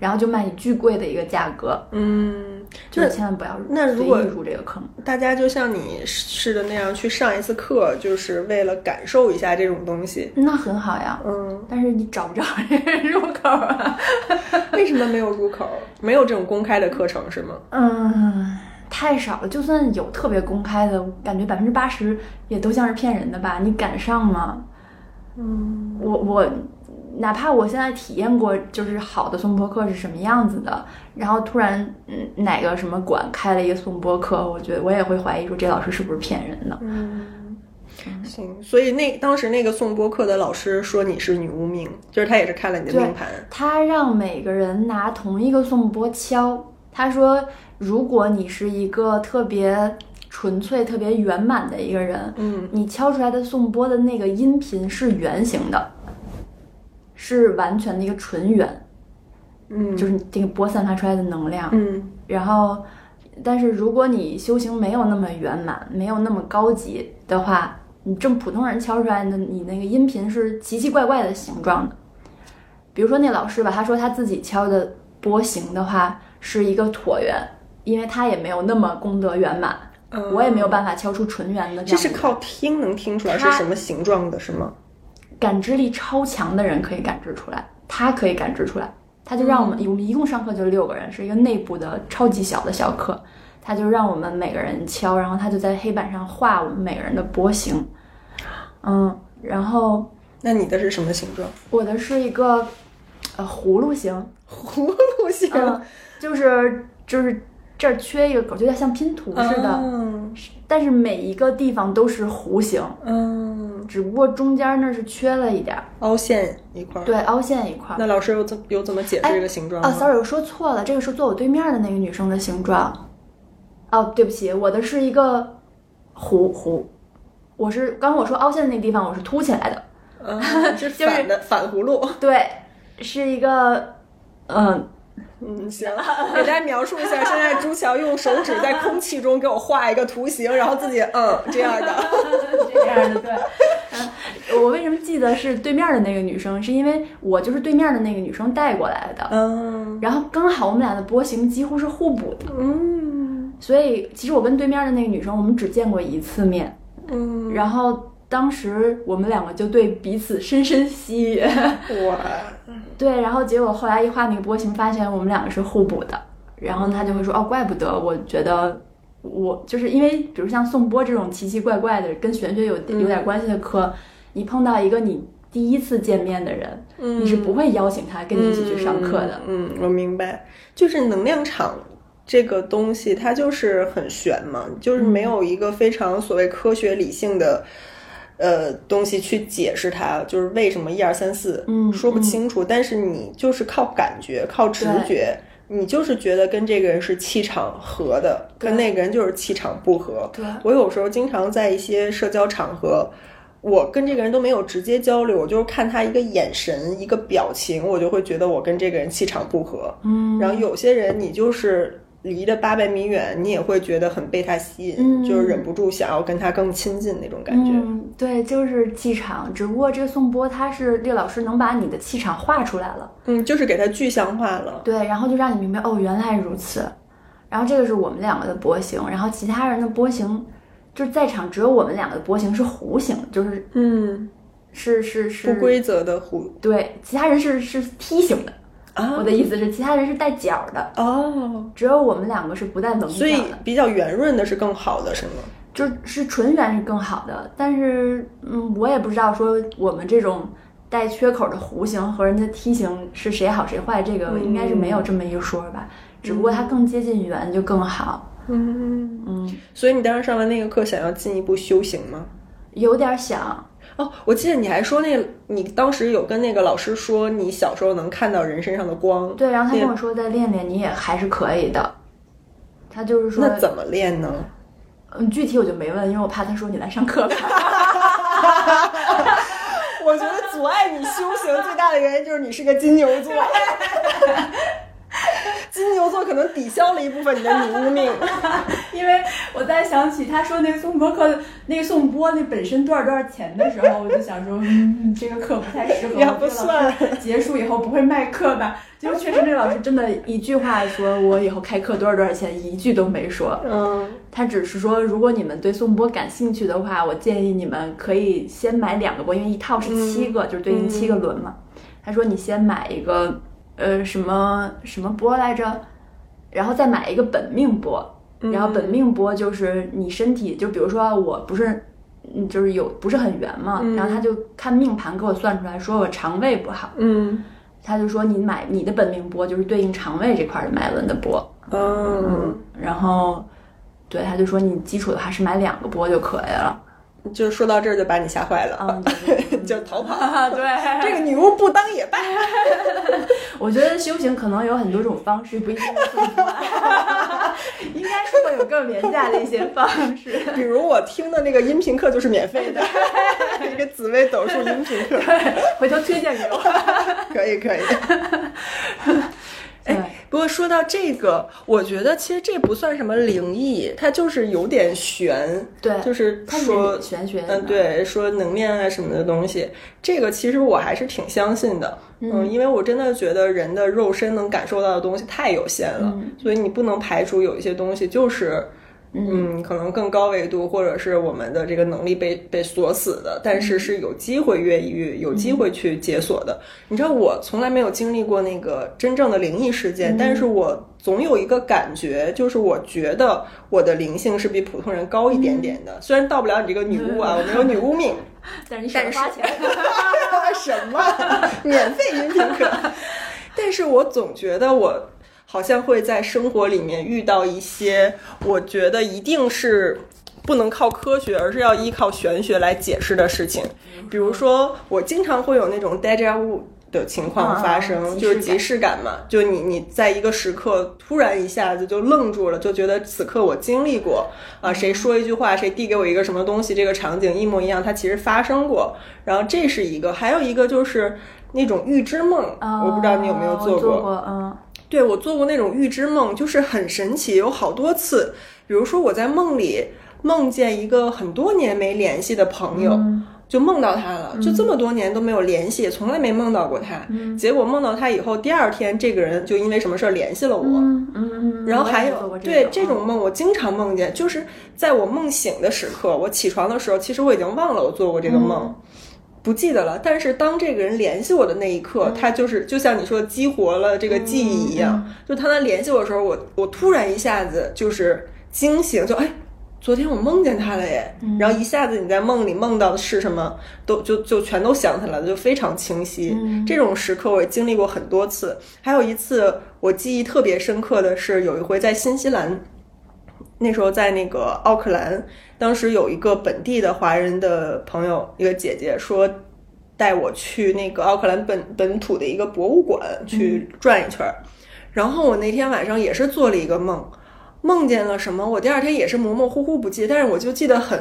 A: 然后就卖你巨贵的一个价格，
B: 嗯，就
A: 就是
B: 是
A: 千万不要
B: 那如果
A: 随意入这个坑，
B: 大家就像你似的那样去上一次课，就是为了感受一下这种东西。
A: 那很好呀，
B: 嗯，
A: 但是你找不着 这个入口啊，
B: 为什么没有入口？没有这种公开的课程是吗？
A: 嗯。太少了，就算有特别公开的，感觉百分之八十也都像是骗人的吧？你敢上吗？
B: 嗯
A: 我我哪怕我现在体验过就是好的颂钵课是什么样子的，然后突然嗯哪个什么馆开了一个颂钵课，我觉得我也会怀疑说这老师是不是骗人的。
B: 嗯，行。所以那当时那个送播课的老师说你是女无名，就是他也是看了你的
A: 对
B: 命盘。
A: 他让每个人拿同一个颂钵敲，他说如果你是一个特别纯粹、特别圆满的一个人，
B: 嗯
A: 你敲出来的颂钵的那个音频是圆形的，是完全的一个纯圆，
B: 嗯，
A: 就是你这个波散发出来的能量。
B: 嗯
A: 然后，但是如果你修行没有那么圆满，没有那么高级的话，你正普通人敲出来的，你那个音频是奇奇怪怪的形状的。比如说那老师吧，他说他自己敲的波形的话是一个椭圆，因为他也没有那么功德圆满，
B: 嗯
A: 我也没有办法敲出纯圆的这
B: 这
A: 样
B: 是
A: 子。
B: 靠听能听出来是
A: 他
B: 什么形状的，是吗？
A: 嗯感知力超强的人可以感知出来，他可以感知出来。他就让我们，我们一共上课就六个人，是一个内部的超级小的小课。他就让我们每个人敲，然后他就在黑板上画我们每个人的波形。嗯，然后
B: 那你的是什么形 状？
A: 我的是一个呃葫芦形，
B: 葫芦形，
A: 嗯， 就是就是这儿缺一个口，就有点像拼图似的，
B: 嗯
A: 但是每一个地方都是弧形，
B: 嗯，
A: 只不过中间那儿是缺了一点儿，
B: 凹陷一块儿。
A: 对，凹陷一块儿。
B: 那老师有怎有怎么解释这个形状吗？
A: 啊，sorry，我说错了，这个是坐我对面的那个女生的形状。哦，对不起，我的是一个弧弧，我是刚刚我说凹陷的那个地方，我是凸起来的，
B: 嗯，是
A: 就是
B: 反的反葫芦。
A: 对，是一个，嗯，
B: 嗯，行， 给大家描述一下，现在朱乔用手指在空气中给我画一个图形，然后自己嗯这样的。
A: 这样的对。 嗯，我为什么记得是对面的那个女生？是因为我就是对面的那个女生带过来的，
B: 嗯
A: 然后刚好我们俩的波形几乎是互补的，
B: 嗯
A: 所以其实我跟对面的那个女生，我们只见过一次面，
B: 嗯，
A: 然后当时我们两个就对彼此深深吸引，
B: 我
A: 对，然后结果后来一画那个波形，发现我们两个是互补的，然后他就会说，哦，怪不得，我觉得我就是因为，比如像颂钵这种奇奇怪怪的，跟玄学有
B: 嗯
A: 有点关系的课，你碰到一个你第一次见面的人，你是不会邀请他跟你一起去上课的，
B: 嗯，嗯我明白，就是能量场这个东西，它就是很玄嘛，就是没
A: 嗯
B: 有一个非常所谓科学理性的。呃，东西去解释它，就是为什么一二三四，
A: 嗯
B: 说不清楚。但是你就是靠感觉，靠直觉，你就是觉得跟这个人是气场合的，跟那个人就是气场不合。
A: 对
B: 我有时候经常在一些社交场合，我跟这个人都没有直接交流，我就是看他一个眼神、一个表情，我就会觉得我跟这个人气场不合。
A: 嗯
B: 然后有些人你就是离得八百米远，你也会觉得很被他吸引，
A: 嗯
B: 就是忍不住想要跟他更亲近那种感觉。
A: 嗯，对，就是气场。只不过这个宋波他是这个老师能把你的气场画出来了，
B: 嗯，就是给他具象化了。
A: 对，然后就让你明白哦，原来如此。然后这个是我们两个的波形，然后其他人的波形，就是在场只有我们两个的波形是弧形，就是
B: 嗯，
A: 是是是
B: 不规则的弧
A: 对，其他人是是梯形的。
B: 啊
A: 我的意思是，其他人是带角的，
B: 哦，
A: 只有我们两个是不带棱角
B: 所以
A: 的，
B: 比较圆润的是更好的，是吗？
A: 就是纯圆是更好的。但是，嗯，我也不知道说我们这种带缺口的弧形和人家梯形是谁好谁坏，这个应该是没
B: 嗯
A: 有这么一说吧。只不过它更接近圆就更好。
B: 嗯，
A: 嗯，
B: 所以你当时上完那个课，想要进一步修行吗？
A: 有点想，
B: 哦，我记得你还说那个，你当时有跟那个老师说，你小时候能看到人身上的光，
A: 对，然后他跟
B: 练
A: 我说再练练，你也还是可以的。他就是说，
B: 那怎么练呢？
A: 嗯，具体我就没问，因为我怕他说你来上课吧。
B: 我觉得阻碍你修行最大的原因就是你是个金牛座， 金牛座可能抵消了一部分你的 女巫命。
A: 因为我在想起他说那个宋博课，那个宋波那本身多少多少钱的时候，我就想说，嗯，这个课不太适 合我。
B: 要不
A: 这个老师结束以后不会卖课 吧？结果确实，那老师真的一句话说我以后开课多少多少钱，一句都没说。
B: 嗯，
A: 他只是说，如果你们对宋波感兴趣的话，我建议你们可以先买两个波，因为一套是七个，就是对应七个轮嘛。他说你先买一个，呃，什么什么波来着，然后再买一个本命波，然后本命波就是你身体，就比如说我不是。嗯，就是有不是很圆嘛，然后他就看命盘给我算出来，说我肠胃不好，
B: 嗯
A: 他就说你买你的本命波就是对应肠胃这块儿的脉轮的波，
B: 嗯，
A: 然后对他就说你基础的话是买两个波就可以了。
B: 就说到这儿就把你吓坏了，
A: 嗯，对 对
B: 就逃跑。
A: 啊，对，
B: 这个女巫不当也罢。
A: 我觉得修行可能有很多种方式，不一定是这么说应该是会有更廉价的一些方式。
B: 比如我听的那个音频课就是免费的，一个紫薇斗数音频课，
A: 回头推荐给我。
B: 可以可以。
A: 对，
B: 不过说到这个，我觉得其实这不算什么灵异，它就是有点悬，
A: 对
B: 就是
A: 它是
B: 说
A: 玄学的
B: 嗯，对，说能量啊什么的东西，这个其实我还是挺相信的，嗯，因为我真的觉得人的肉身能感受到的东西太有限了，
A: 嗯
B: 所以你不能排除有一些东西就是。嗯，可能更高维度，或者是我们的这个能力被被锁死的，但是是有机会越狱，有机会去解锁的。你知道，我从来没有经历过那个真正的灵异事件，但是我总有一个感觉，就是我觉得我的灵性是比普通人高一点点的。虽然到不了你这个女巫啊，我没有女巫命，
A: 但是你省
B: 但是
A: 花钱。
B: 什么免费音频课？ 但是我总觉得我好像会在生活里面遇到一些，我觉得一定是不能靠科学，而是要依靠玄学来解释的事情。比如说，我经常会有那种 deja vu。的情况发生，
A: 啊
B: 就是
A: 即
B: 即视感嘛，就你你在一个时刻突然一下子就愣住了，就觉得此刻我经历过啊，谁说一句话，谁递给我一个什么东西，这个场景一模一样，它其实发生过。然后这是一个，还有一个就是那种预知梦，我不知道你有没有
A: 啊
B: 做
A: 我
B: 过
A: 做。过，嗯，
B: 对我做过那种预知梦，就是很神奇，有好多次。比如说我在梦里梦见一个很多年没联系的朋友，
A: 嗯
B: 就梦到他了，就这么多年都没有联系，从来没梦到过他。
A: 嗯
B: 结果梦到他以后，第二天这个人就因为什么事儿联系了我。
A: 嗯嗯嗯，
B: 然后
A: 我也
B: 还
A: 做
B: 有
A: 过这
B: 对
A: 嗯
B: 这种梦，我经常梦见，就是在我梦醒的时刻，我起床的时候，其实我已经忘了我做过这个
A: 嗯
B: 梦，不记得了。但是当这个人联系我的那一刻，
A: 嗯
B: 他就是就像你说激活了这个记忆一样，就他在联系我的时候，我我突然一下子就是惊醒，就哎。昨天我梦见他了耶，然后一下子你在梦里梦到的是什么，都就就全都想起来了，就非常清晰。这种时刻我也经历过很多次，还有一次我记忆特别深刻的是，有一回在新西兰，那时候在那个奥克兰，当时有一个本地的华人的朋友，一个姐姐说带我去那个奥克兰本本土的一个博物馆去转一圈儿。然后我那天晚上也是做了一个梦，梦见了什么？我第二天也是模模糊糊不记，但是我就记得很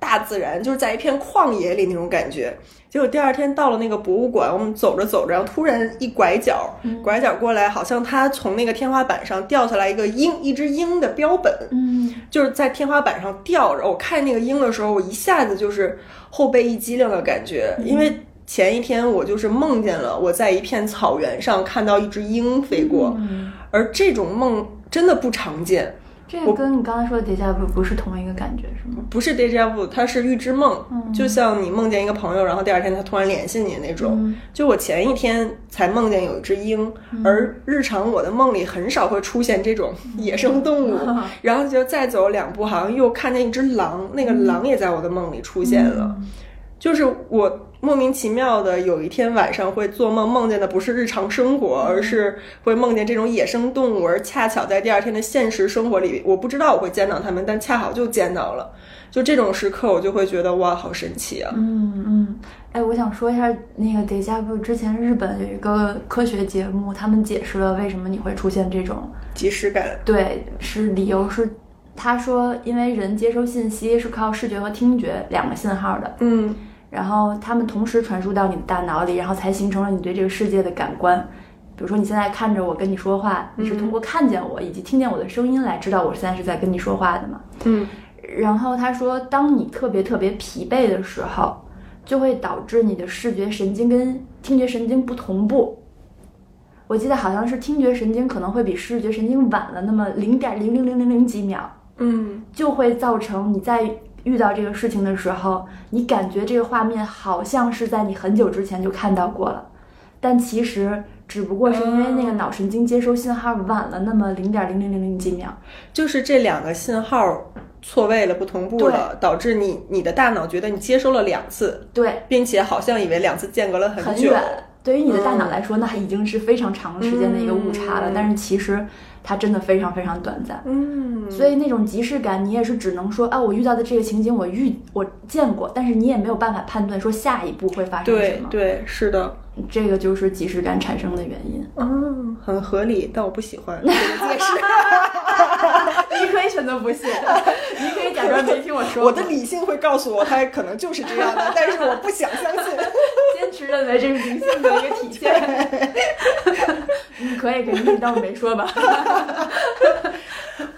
B: 大自然，就是在一片旷野里那种感觉。结果第二天到了那个博物馆，我们走着走着，然后突然一拐角，拐角过来，好像他从那个天花板上掉下来一个鹰，一只鹰的标本，
A: 嗯，
B: 就是在天花板上吊着。我看那个鹰的时候，我一下子就是后背一激灵的感觉，因为前一天我就是梦见了我在一片草原上看到一只鹰飞过，
A: 嗯
B: 而这种梦真的不常见。
A: 这个跟你刚才说的 deja vu 不是同一个感觉，是吗？
B: 不是 deja vu，它是预知梦，就像你梦见一个朋友，然后第二天他突然联系你那种。就我前一天才梦见有一只鹰，而日常我的梦里很少会出现这种野生动物。然后就再走两步，好像又看见一只狼，那个狼也在我的梦里出现了。就是我莫名其妙的有一天晚上会做梦，梦见的不是日常生活，
A: 嗯
B: 而是会梦见这种野生动物，而恰巧在第二天的现实生活里，我不知道我会见到它们，但恰好就见到了。就这种时刻，我就会觉得哇，好神奇啊！
A: 嗯嗯，哎，我想说一下那个 deja vu。之前日本有一个科学节目，他们解释了为什么你会出现这种，
B: 即视感，
A: 对，是理由是，他说因为人接收信息是靠视觉和听觉两个信号的，
B: 嗯，
A: 然后他们同时传输到你的大脑里，然后才形成了你对这个世界的感官。比如说，你现在看着我跟你说话，你是通过看见我以及听见我的声音来知道我现在是在跟你说话的嘛？
B: 嗯。
A: 然后他说，当你特别特别疲惫的时候，就会导致你的视觉神经跟听觉神经不同步。我记得好像是听觉神经可能会比视觉神经晚了那么零点零零零零零几秒，
B: 嗯，
A: 就会造成你在遇到这个事情的时候，你感觉这个画面好像是在你很久之前就看到过了，但其实只不过是因为那个脑神经接收信号晚了那么零点零零零零几秒。
B: 就是这两个信号错位了，不同步了，导致你你的大脑觉得你接收了两次，
A: 对，
B: 并且好像以为两次间隔了
A: 很
B: 久。
A: 远。对于你的大脑来说，那已经是非常长时间的一个误差了。
B: 嗯
A: 但是其实它真的非常非常短暂。
B: 嗯，
A: 所以那种即视感，你也是只能说啊，我遇到的这个情景我遇我见过，但是你也没有办法判断说下一步会发生什
B: 对
A: 么。
B: 对，是的。
A: 这个就是即视感产生的原 因。
B: 嗯，很合理，但我不喜欢这个解释。
A: 你可以选择不信， 你可以假装没听我说过。
B: 我的理性会告诉我，它可能就是这样的，但是我不想相信。
A: 坚持认为这是灵性的一个体 现。 嗯，可以，可以，你当我没说吧。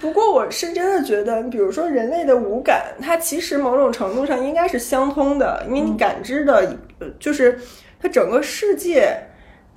B: 不过我是真的觉得，比如说人类的五感，它其实某种程度上应该是相通的，因为你感知的，呃就是它整个世界。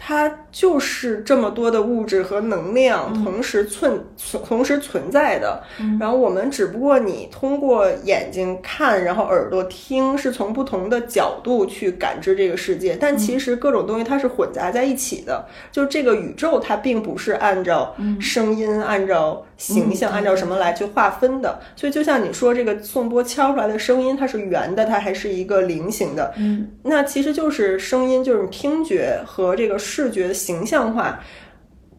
B: 它就是这么多的物质和能量
A: 嗯
B: 同时存存、同时存在的，然后我们只不过你通过眼睛看，然后耳朵听，是从不同的角度去感知这个世界，但其
A: 嗯
B: 实各种东西它是混杂在一起的，就这个宇宙它并不是按照声音、按照形象、
A: 嗯
B: 按照什么来去划分的，所以就像你说这个颂钵敲出来的声音，它是圆的，它还是一个菱形的，
A: 嗯
B: 那其实就是声音，就是听觉和这个视觉的形象化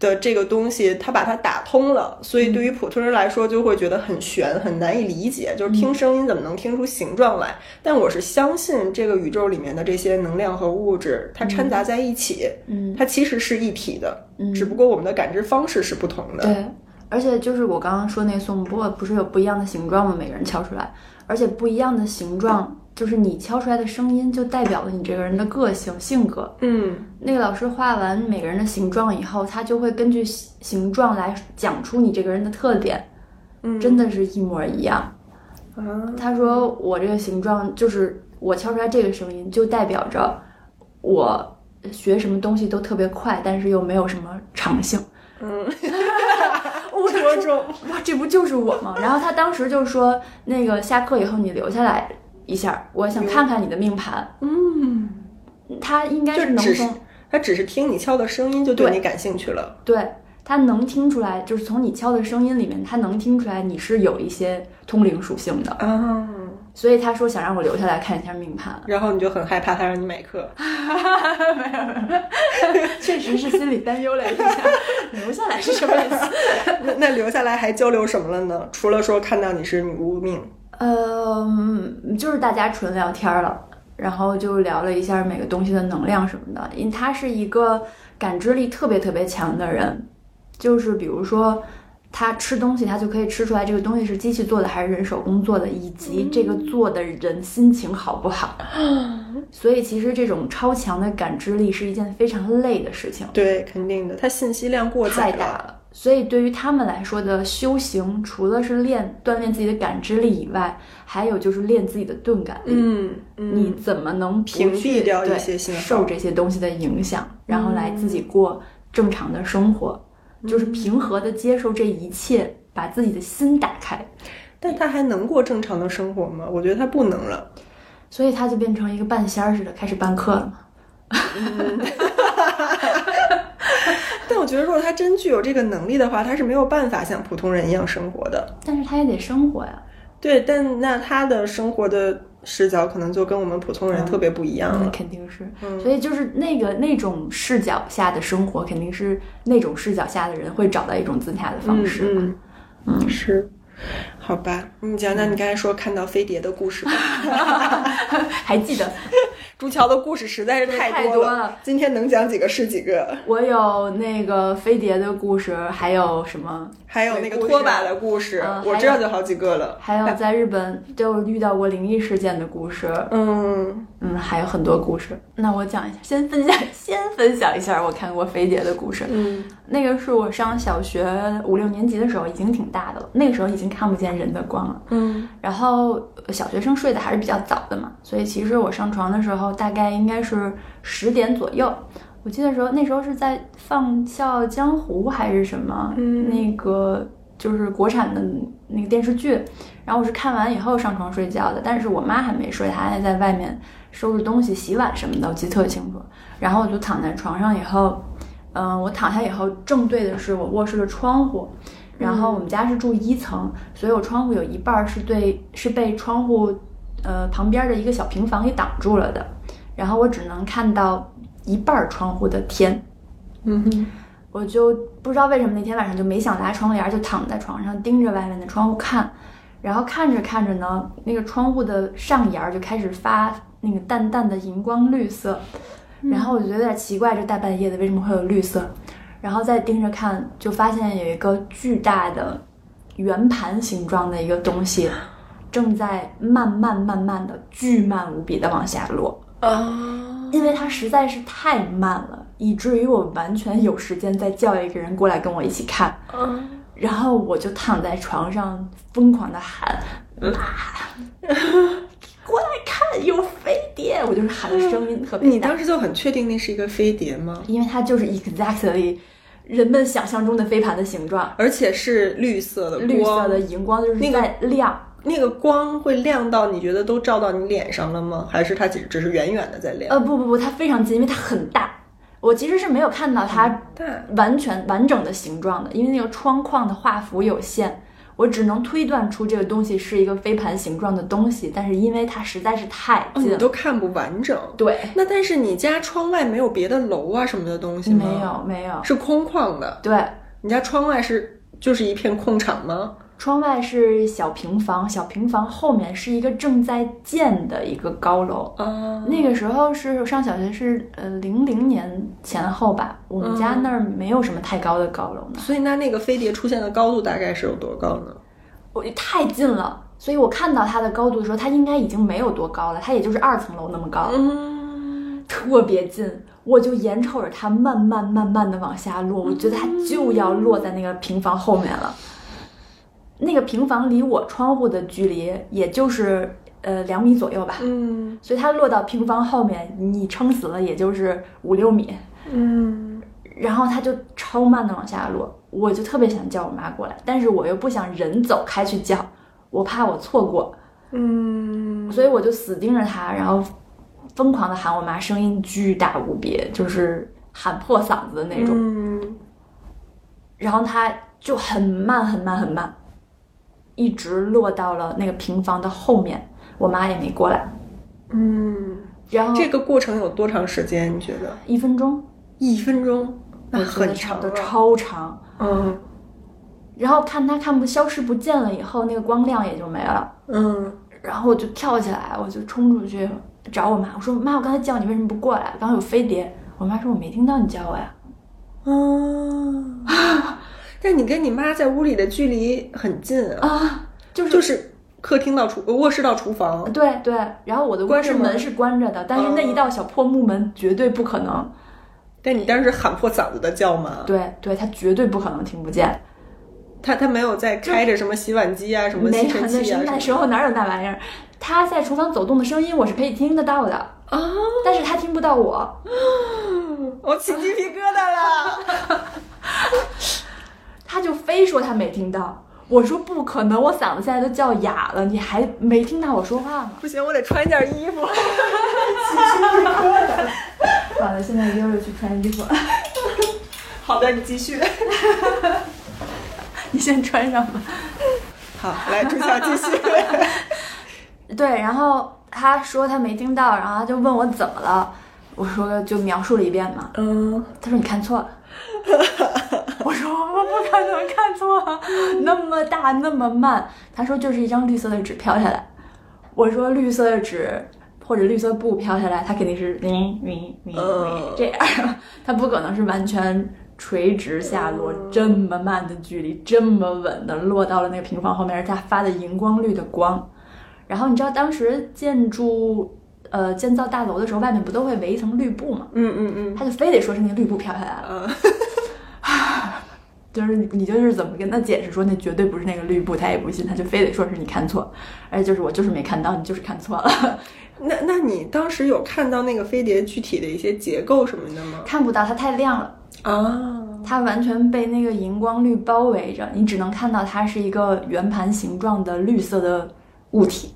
B: 的这个东西，它把它打通了，所
A: 嗯
B: 以对于普通人来说就会觉得很悬，很难以理解。就是
A: 嗯
B: 听声音怎么能听出形状来？但我是相信这个宇宙里面的这些能量和物质，它掺杂在一起，
A: 嗯，
B: 它其实是一体的，
A: 嗯
B: 只不过我们的感知方式是不同的。
A: 对。而且就是我刚刚说那个颂钵，不是有不一样的形状吗？每个人敲出来，而且不一样的形状，就是你敲出来的声音，就代表了你这个人的个性、性格。
B: 嗯
A: 那个老师画完每个人的形状以后，他就会根据形形状来讲出你这个人的特点，
B: 嗯，
A: 真的是一模一样。
B: 啊，
A: 他说我这个形状就是我敲出来这个声音，就代表着我学什么东西都特别快，但是又没有什么长性。
B: 嗯，
A: 我
B: 多种，
A: 哇，这不就是我吗？然后他当时就说，那个下课以后你留下来一下，我想看看你的命盘。
B: 嗯，
A: 他应该
B: 就是
A: 能
B: 只是
A: 从
B: 它只是听你敲的声音就对
A: 对
B: 你感兴趣了。
A: 对，他能听出来，就是从你敲的声音里面，他能听出来你是有一些通灵属性的，
B: 啊，。
A: 所以他说想让我留下来看一下命盘
B: 然后你就很害怕他让你买课。
A: 没有，没有，确实是心里担忧了一下， 留下来是什么意思？
B: 那那留下来还交流什么了呢？除了说看到你是女巫命，
A: 呃，嗯就是大家纯聊天儿了，然后就聊了一下每个东西的能量什么的。因为他是一个感知力特别特别强的人，就是比如说，他吃东西，他就可以吃出来这个东西是机器做的还是人手工做的，以及这个做的人心情好不好。所以其实这种超强的感知力是一件非常累的事情，
B: 对，肯定的，它信息量过载
A: 太大了。所以对于他们来说的修行，除了是练锻炼自己的感知力以外，还有就是练自己的钝感力。
B: 嗯嗯，
A: 你怎么能不去
B: 屏蔽掉一
A: 对
B: 些信号
A: 受这些东西的影响，然后来自己过正常的生活，就是平和的接受这一切，把自己的心打开，
B: 但他还能过正常的生活吗？我觉得他不能了。
A: 所以他就变成一个半仙儿似的，开始办课了嘛。
B: 但我觉得，如果他真具有这个能力的话，他是没有办法像普通人一样生活的。
A: 但是他也得生活呀，
B: 对，但那他的生活的视角可能就跟我们普通人特别不一样
A: 那
B: 了。
A: 肯定是。
B: 嗯
A: 所以就是那个那种视角下的生活，肯定是那种视角下的人会找到一种自洽的方式。
B: 嗯嗯嗯，是。好吧，你讲讲你刚才说看到飞碟的故事吧。
A: 还记得
B: 朱桥的故事实在是太
A: 太
B: 多
A: 多
B: 了，
A: 了
B: 今天能讲几个是几个。
A: 我有那个飞碟的故事，还有什么？
B: 还有那个拖把的故事，啊
A: 嗯
B: 我知道就好几个了。
A: 还有在日本就遇到过灵异事件的故事，
B: 嗯，
A: 嗯，还有很多故事。那我讲一下，先分享， 先分享一下我看过飞碟的故事。
B: 嗯，
A: 那个是我上小学五六年级的时候，已经挺大的了，那个时候已经看不见人的光了。
B: 嗯，
A: 然后呃小学生睡得还是比较早的嘛，所以其实我上床的时候大概应该是十点左右。我记得时候那时候是在放《笑傲江湖》还是什么，
B: 嗯
A: 那个就是国产的那个电视剧。然后我是看完以后上床睡觉的，但是我妈还没睡，她还在外面收拾东西、洗碗什么的，我记得特清楚。然后我就躺在床上以后，嗯、我躺下以后正对的是我卧室的窗户，然后我们家是住一层，所以我窗户有一半儿是对是被窗户呃旁边的一个小平房给挡住了的，然后我只能看到一半儿窗户的天。
B: 嗯哼，
A: 我就不知道为什么那天晚上就没想拉窗帘，就躺在床上盯着外面的窗户看，然后看着看着呢，那个窗户的上沿儿就开始发那个淡淡的荧光绿色，然后我就觉得有点奇怪，这大半夜的为什么会有绿色？然后再盯着看，就发现有一个巨大的圆盘形状的一个东西，正在慢慢慢慢的巨慢无比的往下落。
B: 啊，
A: 因为它实在是太慢了，以至于我完全有时间再叫一个人过来跟我一起看。
B: 啊
A: 然后我就躺在床上疯狂的喊：“妈， 过来看，有飞碟！”我就是喊的声音特别
B: 你
A: 大，
B: 当时就很确定那是一个飞碟吗？
A: 因为它就是 exactly 人们想象中的飞盘的形状，
B: 而且是绿色的光，
A: 绿色的荧光就是在亮。
B: 那个光会亮到你觉得都照到你脸上了吗？还是它只只是远远的在亮？
A: 呃，不不不，它非常近，因为它很大。我其实是没有看到它
B: 但
A: 完全完整的形状的，因为那个窗框的画幅有限，我只能推断出这个东西是一个飞盘形状的东西，但是因为它实在是太
B: 哦，
A: 近
B: 你
A: 了，
B: 都看不完整。
A: 对，
B: 那但是你家窗外没有别的楼啊什么的东西吗？
A: 没，有没有，
B: 是空旷的。
A: 对，
B: 你家窗外是就是一片空场吗？
A: 窗外是小平房，小平房后面是一个正在建的一个高楼。
B: 啊，
A: 那个时候是我上小学是呃零零年前后吧，我们家
B: 嗯
A: 那儿没有什么太高的高楼呢，
B: 所以那那个飞碟出现的高度大概是有多高呢？
A: 我太近了，所以我看到它的高度的时候，它应该已经没有多高了，它也就是二层楼那么高。
B: 嗯，
A: 特别近，我就眼瞅着它慢慢慢慢的往下落，我觉得它就要落在那个平房后面了。那个平房离我窗户的距离也就是呃两米左右吧，
B: 嗯
A: 所以它落到平房后面，你撑死了也就是五六米，
B: 嗯，
A: 然后它就超慢的往下落，我就特别想叫我妈过来，但是我又不想人走开去叫，我怕我错过，
B: 嗯，
A: 所以我就死盯着他，然后疯狂的喊我妈，声音巨大无比，就是喊破嗓子的那种。
B: 嗯，
A: 然后他就很慢很慢很慢，一直落到了那个平房的后面，我妈也没过来。
B: 嗯，
A: 然后
B: 这个过程有多长时间？你觉得？
A: 一分钟，
B: 一分钟，那
A: 我觉
B: 很
A: 得
B: 长啊
A: 的
B: 了。
A: 超长。
B: 嗯
A: 然后看他看不消失不见了以后，那个光亮也就没了。
B: 嗯
A: 然后我就跳起来，我就冲出去找我妈，我说妈，我刚才叫你为什么不过来？刚刚有飞碟。我妈说我没听到你叫我呀。
B: 嗯，但你跟你妈在屋里的距离很近啊，
A: 啊，就是
B: 就是客厅到厨卧室到厨房，
A: 对对，然后我的卧
B: 关
A: 室
B: 着门
A: 门嗯是关着的，但是那一道小破木门绝对不可能，
B: 但你当时喊破嗓子的叫吗？
A: 对对，他绝对不可能听不见。
B: 他他没有在开着什么洗碗机啊，什么
A: 没
B: 吸
A: 有，
B: 尘
A: 那
B: 器
A: 是
B: 啊什
A: 那
B: 么
A: 时候哪有那玩意儿？他在厨房走动的声音我是可以听得到的，
B: 啊，
A: 但是他听不到我。
B: 我起鸡皮疙瘩了。
A: 他就非说他没听到。我说不可能，我嗓子现在都叫哑了，你还没听到我说话吗？
B: 不行，我得穿件衣服。
A: 完了，现在悠悠去穿衣服，
B: 好的，你继续。
A: 你先穿上吧。
B: 好，来朱晓继续。
A: 对，然后他说他没听到，然后他就问我怎么了，我说就描述了一遍嘛。
B: 嗯，
A: 他说你看错了， 我说我不可能看错，那么大那么慢。他说就是一张绿色的纸飘下来，我说绿色的纸或者绿色布飘下来，它肯定是嗯嗯嗯嗯这样，它不可能是完全垂直下落，这么慢的距离，这么稳的落到了那个平房后面，而它发的荧光绿的光。然后你知道当时建筑呃建造大楼的时候，外面不都会围一层绿布吗？
B: 嗯嗯嗯。
A: 他就非得说是那绿布飘下来了。
B: 嗯
A: 就是你你就是怎么跟他解释说那绝对不是那个绿布，他也不信，他就非得说是你看错，而且就是我就是没看到，你就是看错了，
B: 那那你当时有看到那个飞碟具体的一些结构什么的吗？
A: 看不到，它太亮了，
B: 啊，
A: 它完全被那个荧光绿包围着，你只能看到它是一个圆盘形状的绿色的物体，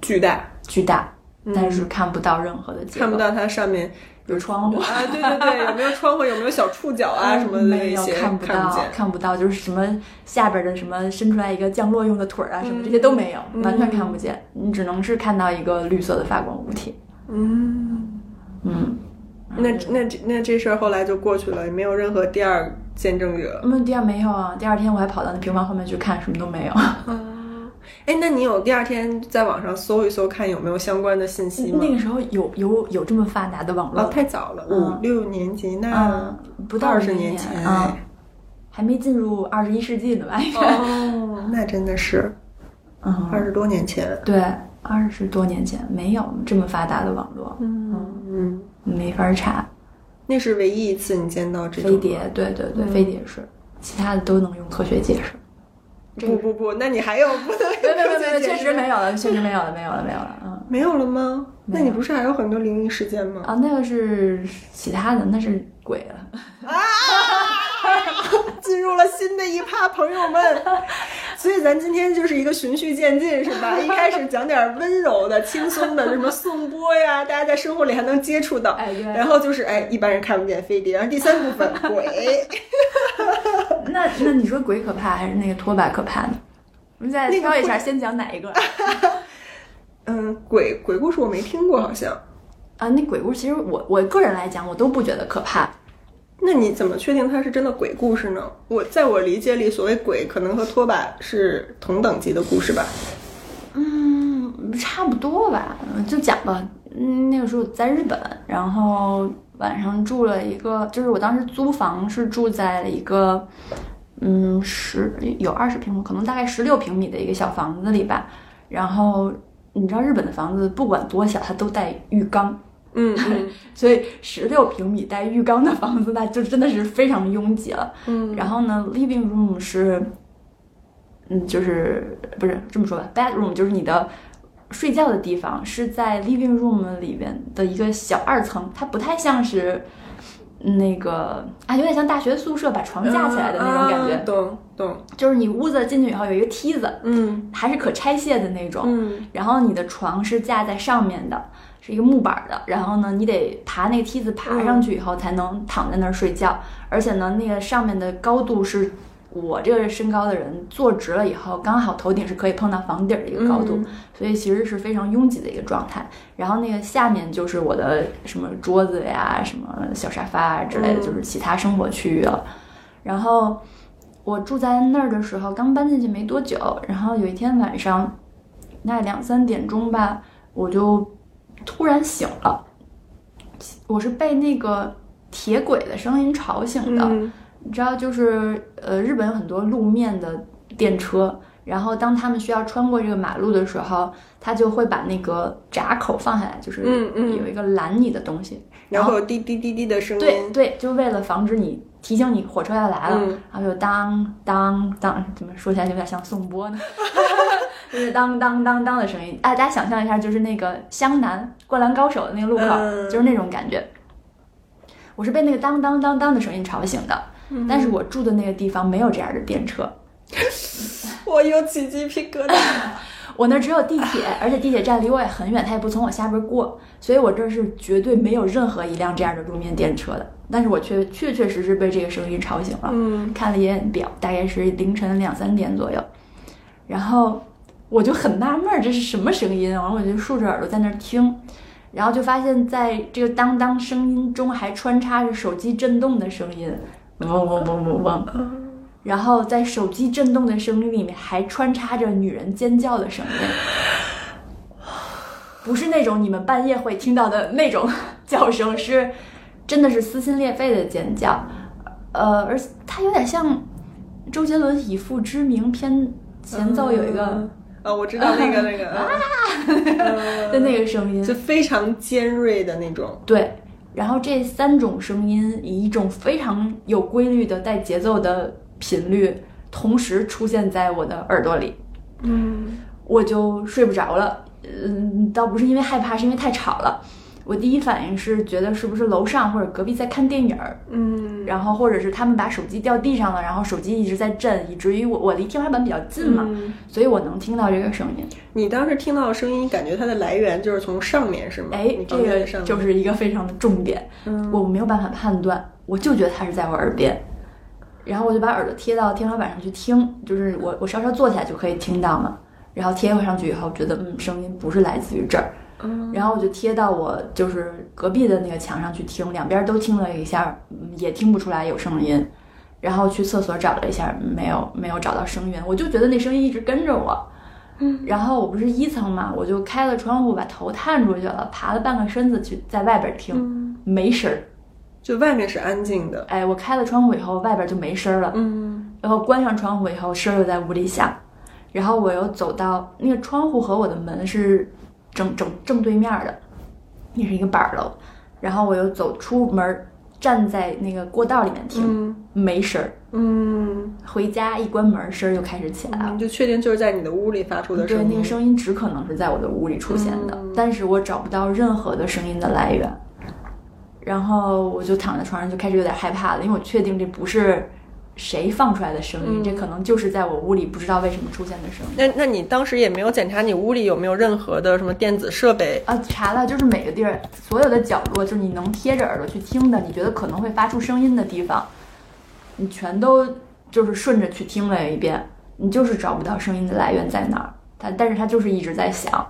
B: 巨大，
A: 巨大，但是看不到任何的结构，
B: 嗯看不到它上 面
A: 有窗户。
B: 啊，对对对，有没有窗户，有没有小触角啊什么的
A: 没
B: 那
A: 有
B: 些
A: 看不
B: 看
A: 到，
B: 见。
A: 看不到，就是什么下边的什么伸出来一个降落用的腿儿啊，什么这
B: 嗯
A: 些都没有，完全看不见，你只能是看到一个绿色的发光物体。
B: 嗯，
A: 嗯，
B: 那那这那这事儿后来就过去了，也没有任何第二见证者。
A: 那第二没有啊，第二天我还跑到那平房后面去看，什么都没有。
B: 哎，那你有第二天在网上搜一搜，看有没有相关的信息吗
A: 那？个时候有有有这么发达的网
B: 嗯哦，
A: 络，
B: 太早了，
A: 嗯
B: 五六年级那
A: 嗯，不到
B: 20
A: 十
B: 年前
A: 嗯， 还没进入二十一世纪呢吧？应该，
B: 哦，那真的是二
A: 嗯，
B: 十多年前。
A: 对，二十多年前没有这么发达的网络，
B: 嗯嗯，
A: 没法查。
B: 那是唯一一次你见到这种
A: 飞碟，对对对，
B: 嗯
A: 飞碟是，其他的都能用科学解 释。
B: 不不不，那你 还有不能
A: 没有没有没有，
B: 解
A: 确
B: 释
A: 实没有了，确实没有了，没有了，没有了。嗯
B: 没有了吗？
A: 没
B: 那
A: 有
B: 你不是还有很多灵异事件吗？
A: 啊，那个是其他的，那是鬼了。
B: 进入了新的一趴，朋 友们。所以咱今天就是一个循序渐进，是 吧？一开始讲点温柔的、轻松的，什么颂钵呀，大家在生活里还能接触到。
A: 哎对
B: 然后就是哎，一般人看不见飞碟。然后第三部 分鬼，
A: 那那你说鬼可怕还是那个拖把可怕呢？我们再
B: 那个
A: 挑一下，
B: 会
A: 先讲哪一个
B: 嗯，鬼鬼故事我没听过，好像。
A: 啊？那鬼故事其实我我个人来讲，我都不觉得可怕。
B: 那你怎么确定它是真的鬼故事呢？我在我理解里，所谓鬼可能和拖把是同等级的故事吧。
A: 嗯，差不多吧，嗯就讲吧。嗯，那个时候在日本，然后晚上住了一个，就是我当时租房是住在了一个，嗯，十有二十平米，可能大概十六平米的一个小房子里吧。然后你知道日本的房子不管多小，它都带浴缸，
B: 嗯嗯
A: 所以十六平米带浴缸的房子，那就真的是非常拥挤了。
B: 嗯
A: 然后呢，living room 是，嗯，就是不是这么说吧，bedroom 就是你的睡觉的地方，是在 living room 里面的一个小二层，它不太像是那个啊，有点像大学宿舍把床架起来的那种感觉，
B: 嗯啊懂懂，
A: 就是你屋子进去以后有一个梯子，
B: 嗯
A: 还是可拆卸的那种，
B: 嗯
A: 然后你的床是架在上面的，是一个木板儿的。然后呢，你得爬那个梯子爬上去以后才能躺在那儿睡觉。而且呢，那个上面的高度是我这个身高的人坐直了以后，刚好头顶是可以碰到房顶儿的一个高度，
B: 嗯
A: 所以其实是非常拥挤的一个状态。然后那个下面就是我的什么桌子呀、什么小沙发啊之类的，
B: 嗯
A: 就是其他生活区域了。然后我住在那儿的时候，刚搬进去没多久，然后有一天晚上，那两三点钟吧，我就突然醒了，我是被那个铁轨的声音吵醒的。
B: 嗯
A: 你知道，就是呃，日本有很多路面的电车，然后当他们需要穿过这个马路的时候，他就会把那个闸口放下来，就是
B: 嗯嗯
A: 有一个拦你的东西，
B: 然
A: 然
B: 后
A: 后
B: 有滴滴滴滴的声音，
A: 对对，就为了防止你提醒你火车要来了，
B: 嗯
A: 然后就当当当，怎么说起来有点像颂钵呢？ 就是当当当当的声音。哎，大家想象一下，就是那个湘南《灌篮高手》的那个路口，
B: 嗯
A: 就是那种感觉。我是被那个当当当当的声音吵醒的，
B: 嗯
A: 但是我住的那个地方没有这样的电车，
B: 我又起鸡皮疙
A: 啊
B: 瘩。
A: 我那儿只有地铁，而且地铁站离我也很远，它也不从我下边过，所以我这儿是绝对没有任何一辆这样的路面电车的。但是我却确确实实被这个声音吵醒了。
B: 嗯，
A: 看了一眼表，大概是凌晨两三点左右，然后我就很纳闷儿，这是什么声音？然啊后我就竖着耳朵在那儿听，然后就发现在这个当当声音中还穿插着手机震动的声音，嗡嗡嗡嗡嗡，然后在手机震动的声音里面还穿插着女人尖叫的声音。不是那种你们半夜会听到的那种叫声，是真的是撕心裂肺的尖叫，呃，而且它有点像周杰伦《以父之名》篇前奏有一个啊
B: 嗯啊，我知道那个那个嗯
A: 的那个声音，
B: 就非常尖锐的那种。
A: 对，然后这三种声音以一种非常有规律的带节奏的频率，同时出现在我的耳朵里，
B: 嗯，
A: 我就睡不着了。嗯，倒不是因为害怕，是因为太吵了。我第一反应是觉得是不是楼上或者隔壁在看电影儿，
B: 嗯，
A: 然后或者是他们把手机掉地上了，然后手机一直在震，以至于我我离天花板比较近嘛，
B: 嗯
A: 所以我能听到这个声音。
B: 你当时听到的声音，感觉它的来源就是从上面是吗？
A: 哎
B: 你，
A: 这
B: 房间
A: 个
B: 的上面
A: 就是一个非常的重点，
B: 嗯
A: 我没有办法判断，我就觉得它是在我耳边，然后我就把耳朵贴到天花板上去听，就是我我稍稍坐下就可以听到嘛，然后贴上去以后觉得嗯声音不是来自于这儿，
B: 嗯
A: 然后我就贴到我就是隔壁的那个墙上去听，两边都听了一下，嗯也听不出来有声音，然后去厕所找了一下，没有没有找到声源，我就觉得那声音一直跟着我。然后我不是一层嘛，我就开了窗户，把头探出去了，爬了半个身子去在外边听，
B: 嗯
A: 没声儿。
B: 就外面是安静的。
A: 哎，我开了窗户以后，外边就没声儿了。
B: 嗯
A: 然后关上窗户以后，声儿又在屋里响。然后我又走到那个窗户和我的门是正正正对面的，也是一个板儿楼。然后我又走出门儿，站在那个过道里面听，
B: 嗯
A: 没声儿。
B: 嗯，
A: 回家一关门，声儿就开始起来了。
B: 你就确定就是在你的屋里发出的
A: 对，
B: 声
A: 那
B: 音
A: 个。声音只可能是在我的屋里出现的，
B: 嗯
A: 但是我找不到任何的声音的来源。然后我就躺在床上，就开始有点害怕了，因为我确定这不是谁放出来的声音，
B: 嗯
A: 这可能就是在我屋里不知道为什么出现的声音。
B: 那那你当时也没有检查你屋里有没有任何的什么电子设备？
A: 啊，查了，就是每个地儿所有的角落，就是你能贴着耳朵去听的，你觉得可能会发出声音的地方，你全都就是顺着去听了一遍，你就是找不到声音的来源在哪儿。它，但是它就是一直在响。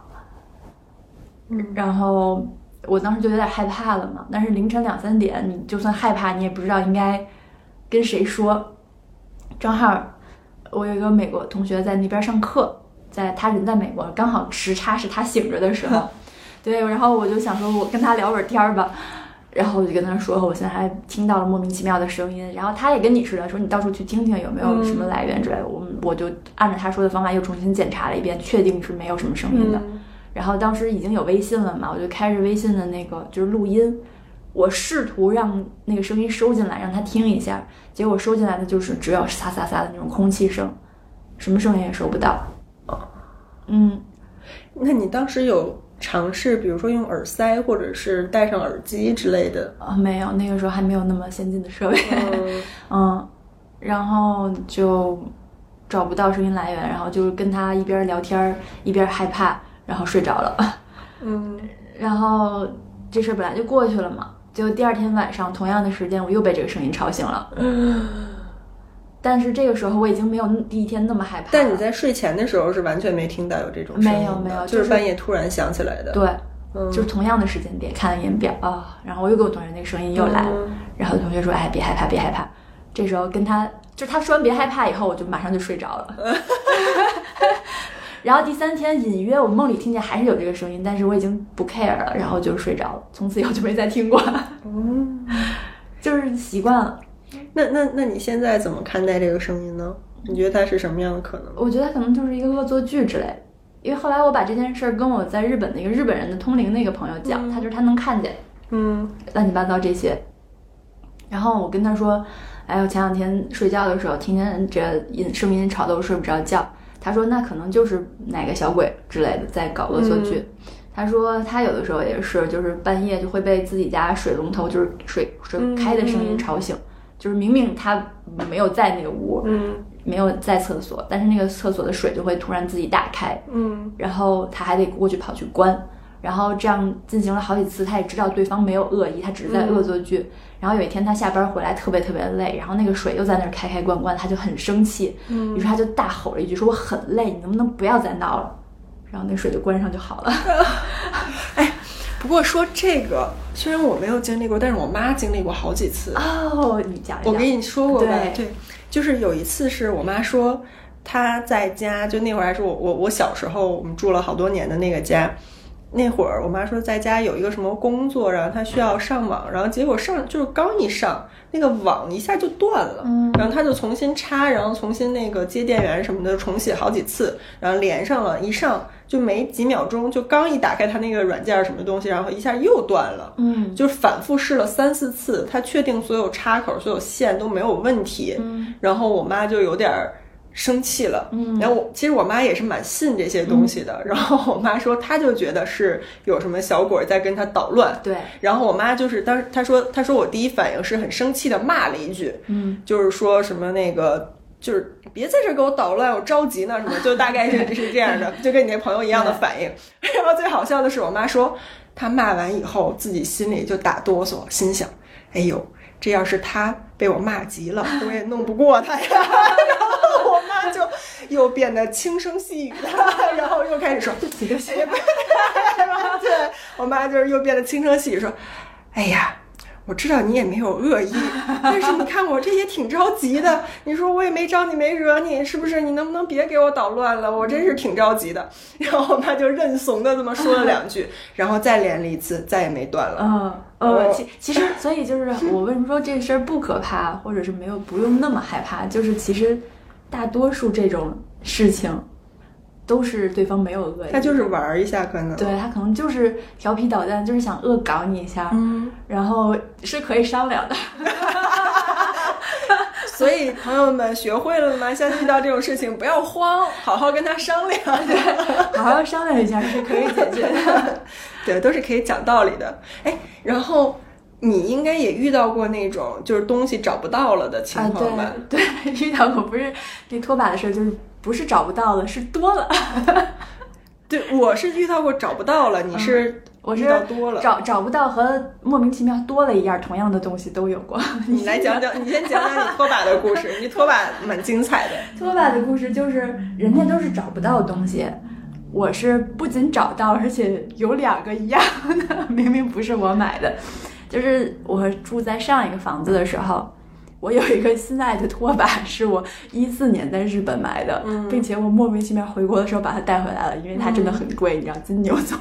B: 嗯
A: 然后我当时就有点害怕了嘛。但是凌晨两三点，你就算害怕，你也不知道应该跟谁说。正好我有一个美国同学在那边上课，在他人在美国，刚好时差是他醒着的时候，对。然后我就想说，我跟他聊会儿天儿吧。然后我就跟他说，我现在还听到了莫名其妙的声音。然后他也跟你似的，说你到处去听听有没有什么来源之类的。我我就按照他说的方法又重新检查了一遍，确定是没有什么声音
B: 嗯
A: 的。然后当时已经有微信了嘛，我就开着微信的那个就是录音，我试图让那个声音收进来，让他听一下，结果收进来的就是只有沙沙沙的那种空气声，什么声音也收不到。嗯，
B: 那你当时有尝试，比如说用耳塞或者是戴上耳机之类的？
A: 啊、没有，那个时候还没有那么先进的设备，
B: 嗯，
A: 嗯，然后就找不到声音来源，然后就跟他一边聊天儿一边害怕，然后睡着了。
B: 嗯
A: 然后这事儿本来就过去了嘛，结果第二天晚上同样的时间，我又被这个声音吵醒了。
B: 嗯
A: 但是这个时候我已经没有第一天那么害怕了。
B: 但你在睡前的时候是完全没听到有这种声音
A: 没
B: 的
A: 有没有
B: 就是
A: 就是
B: 半夜突然响起来的。
A: 对，
B: 嗯，
A: 就是同样的时间点看了一眼表啊、然后我又给我同学那个声音又来了，
B: 嗯
A: 然后同学说：“哎，别害怕，别害怕。”这时候跟他就是他说完别害怕以后，我就马上就睡着 了。然后第三天隐约我梦里听见还是有这个声音，但是我已经不 care 了，然后就睡着了，从此以后就没再听过，
B: 嗯
A: 就是习惯了。
B: 那那那你现在怎么看待这个声音呢？你觉得它是什么样的可能？
A: 我觉得可能就是一个恶作剧之类的。因为后来我把这件事儿跟我在日本的一个日本人的通灵的一个朋友讲，
B: 嗯
A: 他就是他能看见
B: 嗯
A: 乱七八糟这些，然后我跟他说，哎，我前两天睡觉的时候听见这音声音吵得我睡不着觉，他说那可能就是哪个小鬼之类的在搞恶作剧。
B: 嗯
A: 他说他有的时候也是，就是半夜就会被自己家水龙头就是水水开的声音
B: 嗯
A: 吵醒，就是明明他没有在那个屋，
B: 嗯
A: 没有在厕所，但是那个厕所的水就会突然自己打开，
B: 嗯
A: 然后他还得过去跑去关，然后这样进行了好几次，他也知道对方没有恶意，他只是在恶作剧。然后有一天他下班回来特别特别累，然后那个水又在那儿开开关关，他就很生气，于
B: 嗯
A: 是他就大吼了一句说：“我很累，你能不能不要再闹了？”然后那水就关上就好了。
B: 不过说这个，虽然我没有经历过，但是我妈经历过好几次。
A: 哦，你讲一
B: 我
A: 讲，
B: 跟你说过吧？
A: 对
B: 就是有一次是我妈说她在家，就那会儿还是我我我小时候，我们住了好多年的那个家。那会儿我妈说在家有一个什么工作，然后她需要上网，然后结果上就是刚一上那个网一下就断了，
A: 嗯
B: 然后她就重新插，然后重新那个接电源什么的重启好几次，然后连上了，一上就没几秒钟，就刚一打开她那个软件儿什么东西，然后一下又断了，
A: 嗯
B: 就是反复试了三四次，他确定所有插口、所有线都没有问题，
A: 嗯
B: 然后我妈就有点儿生气了。
A: 嗯
B: 然后我其实我妈也是蛮信这些东西的，然后我妈说她就觉得是有什么小鬼在跟她捣乱。
A: 对，
B: 然后我妈就是当时她说她说我第一反应是很生气的骂了一句，
A: 嗯
B: 就是说什么那个。就是别在这儿给我捣乱，我着急呢，什么就大概是是这样的，就跟你那朋友一样的反应。 然后最好笑的是，我妈说她骂完以后，自己心里就打哆嗦，心想：哎呦，这要是她被我骂急了，我也弄不过她呀。 然后我妈就又变得轻声细语的， 然后又开始说：
A: 这几个学
B: 对我妈就是又变得轻声细语说：“哎呀，我知道你也没有恶 意，但是你看我这也挺着急的。你说我也没招你，没惹你，是不是？你能不能别给我捣乱了？我真是挺着急的。” 然后我妈就认怂的这么说了两句，然后再连了一次，再也没断了。
A: 嗯呃，
B: 我
A: 其其实，所以 就是
B: 嗯
A: 我为什么说这事儿不可怕，或者是没有不用那么害怕，就是其实大多数这种事情都是对方没有恶意，
B: 她就是玩儿一下，可能
A: 对他可能就是调皮捣蛋，就是想恶搞你一下，
B: 嗯。
A: 然后是可以商量的。
B: 所以朋友们学会了吗？下次遇到这种事情不要慌，好好跟他商量。对。
A: 好好商量一下是可以解决的。
B: 对，都是可以讲道理的。哎，然后你应该也遇到过那种就是东西找不到了的情
A: 啊，
B: 况吧？
A: 对对，遇到过不是那拖把的事儿，就是不是找不到了，是多了。
B: 对，我是遇到过找不到了，你是
A: 我是
B: 遇到多了。
A: 找找不到和莫名其妙多了一样同样的东西都有过。
B: 你来讲讲，你先讲讲你拖把的故事，你拖把蛮精彩的。
A: 拖把的故事就是人家都是找不到东西，我是不仅找到，而且有两个一样的， 明明不是我买的。就是我住在上一个房子的时候，我有一个心爱的拖把，是我一四年在日本买的，
B: 嗯
A: 并且我莫名其妙回国的时候把它带回来了，因为它真的很贵，你知道金牛座。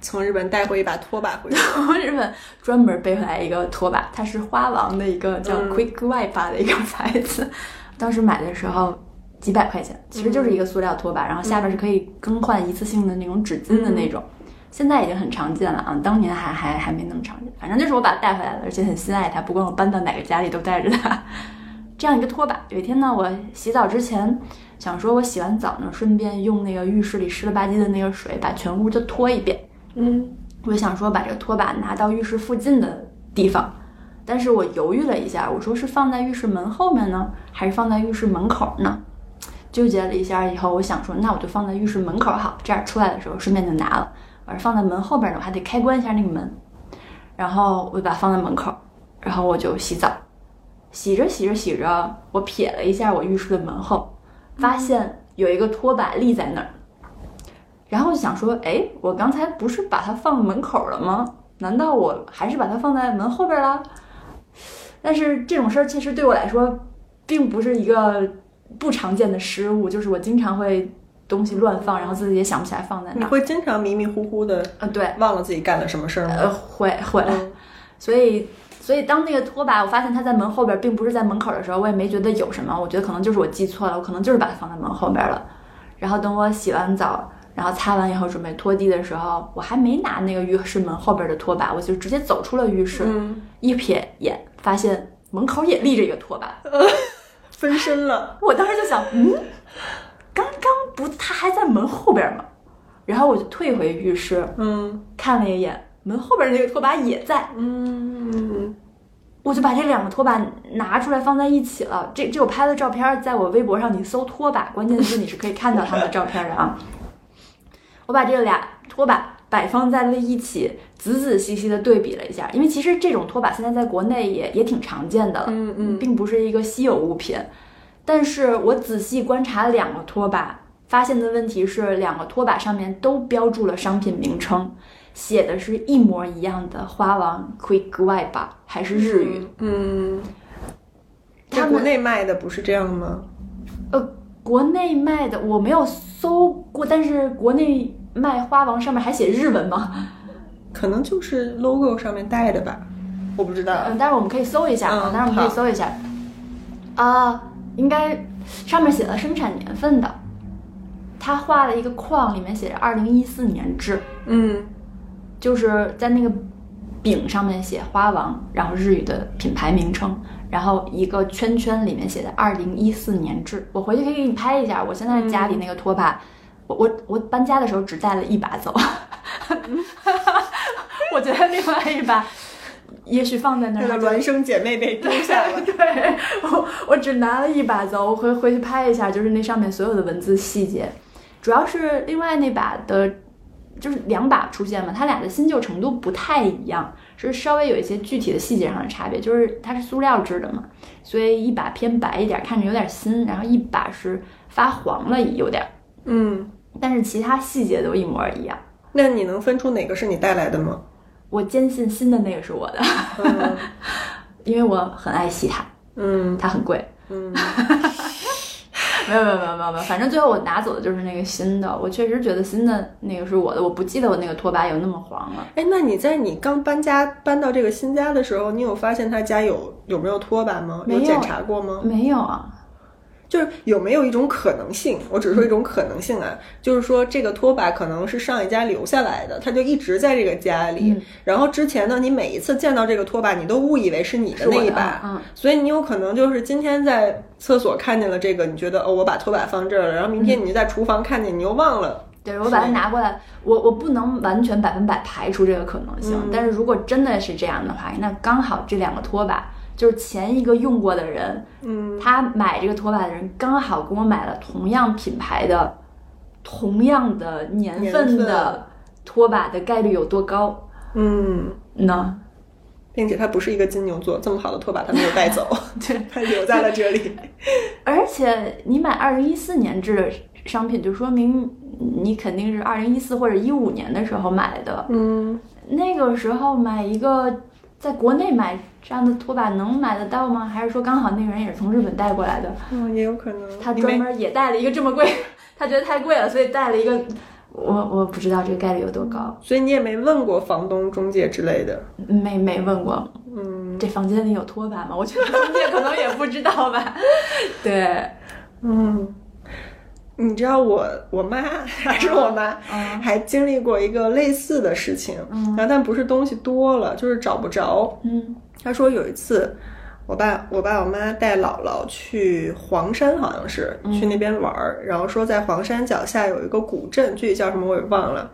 B: 从日本带回一把拖把回去，
A: 从日本专门背回来一个拖把，它是花王的一个叫
B: 嗯
A: Quick Wipe 的一个牌子。 当时买的时候几百块钱，其实就是一个塑料拖把，然后下面是可以更换一次性的那种纸巾的那种。现在已经很常见了啊，当年还还还没那么常见。反正就是我把它带回来了，而且很心爱它，不管我搬到哪个家里都带着它。 这样一个拖把，有一天呢，我洗澡之前想说，我洗完澡呢，顺便用那个浴室里湿了吧唧的那个水把全屋就拖一遍。
B: 嗯
A: 我就想说把这个拖把拿到浴室附近的地方，但是我犹豫了一下，我说是放在浴室门后面呢，还是放在浴室门口呢？纠结了一下以后，我想说那我就放在浴室门口好，这样出来的时候顺便就拿了。我要是放在门后边呢，我还得开关一下那个门。然后我就把它放在门口，然后我就洗澡，洗着洗着洗着，我瞥了一下我浴室的门后，发现有一个拖把立在那儿。然后就想说，哎，我刚才不是把它放门口了吗？难道我还是把它放在门后边了？但是这种事儿其实对我来说，并不是一个不常见的失误，就是我经常会东西乱放，然后自己也想不起来放在
B: 你
A: 哪儿。
B: 会经常迷迷糊糊的
A: 啊，对，
B: 忘了自己干了什么事儿吗？
A: 呃，会会，
B: 嗯
A: 所以所以当那个拖把，我发现它在门后边，并不是在门口的时候，我也没觉得有什么。我觉得可能就是我记错了，我可能就是把它放在门后边了。然后等我洗完澡，然后擦完以后准备拖地的时候，我还没拿那个浴室门后边的拖把，我就直接走出了浴室，
B: 嗯
A: 一瞥眼发现门口也立着一个拖把，
B: 分身了，
A: 我当时就想，嗯，刚刚不他还在门后边吗？然后我就退回浴室
B: 嗯
A: 看了一眼，门后边那个拖把也在。
B: 嗯，
A: 我就把这两个拖把拿出来放在一起了。这这我拍的照片，在我微博上你搜拖把，关键字你是可以看到他们的照片的啊。我把这俩拖把摆放在了一起，仔仔细细的对比了一下，因为其实这种拖把现在在国内也也挺常见的了，
B: 嗯嗯
A: 并不是一个稀有物品。但是我仔细观察两个拖把，发现的问题是两个拖把上面都标注了商品名称，写的是一模一样的花王 Quick w i b a 还是日语，
B: 嗯，
A: 他
B: 在
A: 们
B: 国内卖的不是这样吗？
A: 呃，国内卖的我没有搜过，但是国内卖花王上面还写日文吗？
B: 可能就是 logo 上面带的吧，我不知道。
A: 嗯，但是我们可以搜一下啊，
B: 嗯
A: 但是我们可以
B: 好
A: 搜一下。啊、应该上面写了生产年份的，他画了一个框，里面写着二零一四年制，
B: 嗯
A: 就是在那个饼上面写花王，然后日语的品牌名称，然后一个圈圈里面写的二零一四年制。我回去可以给你拍一下，我现在家里那个拖把，我我我搬家的时候只带了一把走， 我觉得另外一把也许放在那
B: 那
A: 儿
B: 个
A: 它就
B: 孪生姐妹被丢下了。
A: 对 我，我只拿了一把走，我回回去拍一下，就是那上面所有的文字细节，主要是另外那把的，就是两把出现嘛，它俩的新旧程度不太一样，是稍微有一些具体的细节上的差别，就是它是塑料制的嘛，所以一把偏白一点，看着有点新，然后一把是发黄了有点儿，
B: 嗯，
A: 但是其他细节都一模一样。
B: 那你能分出哪个是你带来的吗？
A: 我坚信新的那个是我的，
B: 嗯
A: 因为我很爱惜它，
B: 嗯
A: 它很贵。
B: 嗯
A: 没有没有没有没有没有，反正最后我拿走的就是那个新的。我确实觉得新的那个是我的，我不记得我那个拖把有那么黄了。
B: 哎，那你在你刚搬家搬到这个新家的时候，你有发现他家有有没有拖把吗？
A: 没有
B: 检查过吗？
A: 没有啊，
B: 就是有没有一种可能性？我只是说一种可能性啊，就是说这个拖把可能是上一家留下来的，它就一直在这个家里。
A: 嗯
B: 然后之前呢，你每一次见到这个拖把，你都误以为是你的啊
A: 是我
B: 那一
A: 的
B: 把，
A: 嗯，
B: 所以你有可能就是今天在厕所看见了这个，你觉得哦，我把拖把放这儿了，然后明天你就在厨房看见，你又忘了。
A: 对我把它
B: 是
A: 拿过来，我我不能完全百分百排除这个可能性。
B: 嗯
A: 但是如果真的是这样的话，那刚好这两个拖把就是前一个用过的人，
B: 嗯
A: 他买这个拖把的人刚好跟我买了同样品牌的、同样的年
B: 年
A: 份
B: 份
A: 的拖把的概率有多高
B: 嗯，
A: 呢？
B: 并且他不是一个金牛座，这么好的拖把他没有带 走，
A: 对，
B: 他留在了这里。
A: 而且你买二零一四年制的商品，就说明你肯定是二零一四或者一五年的时候买的。
B: 嗯，
A: 那个时候买一个，在国内买这样的拖把能买得到吗？还是说刚好那个人也是从日本带过来的，
B: 嗯，也有可能
A: 他
B: 你
A: 专
B: 没
A: 门也带了一个这么贵， 他觉得太贵了，所以带了一个。我我不知道这个概率有多高，
B: 所以你也没问过房东、中介之类的。
A: 没没问过
B: 嗯
A: 这房间里有拖把吗？我觉得中介可能也不知道吧。 对，
B: 嗯，你知道我我妈还是我妈，
A: 嗯
B: 还经历过一个类似的事情，然后但不是东西多了，就是找不着。
A: 嗯
B: 她说有一次，我爸我爸我妈带姥姥去黄山，好像是
A: 嗯
B: 去那边玩儿，然后说在黄山脚下有一个古镇，具体叫什么我也忘了。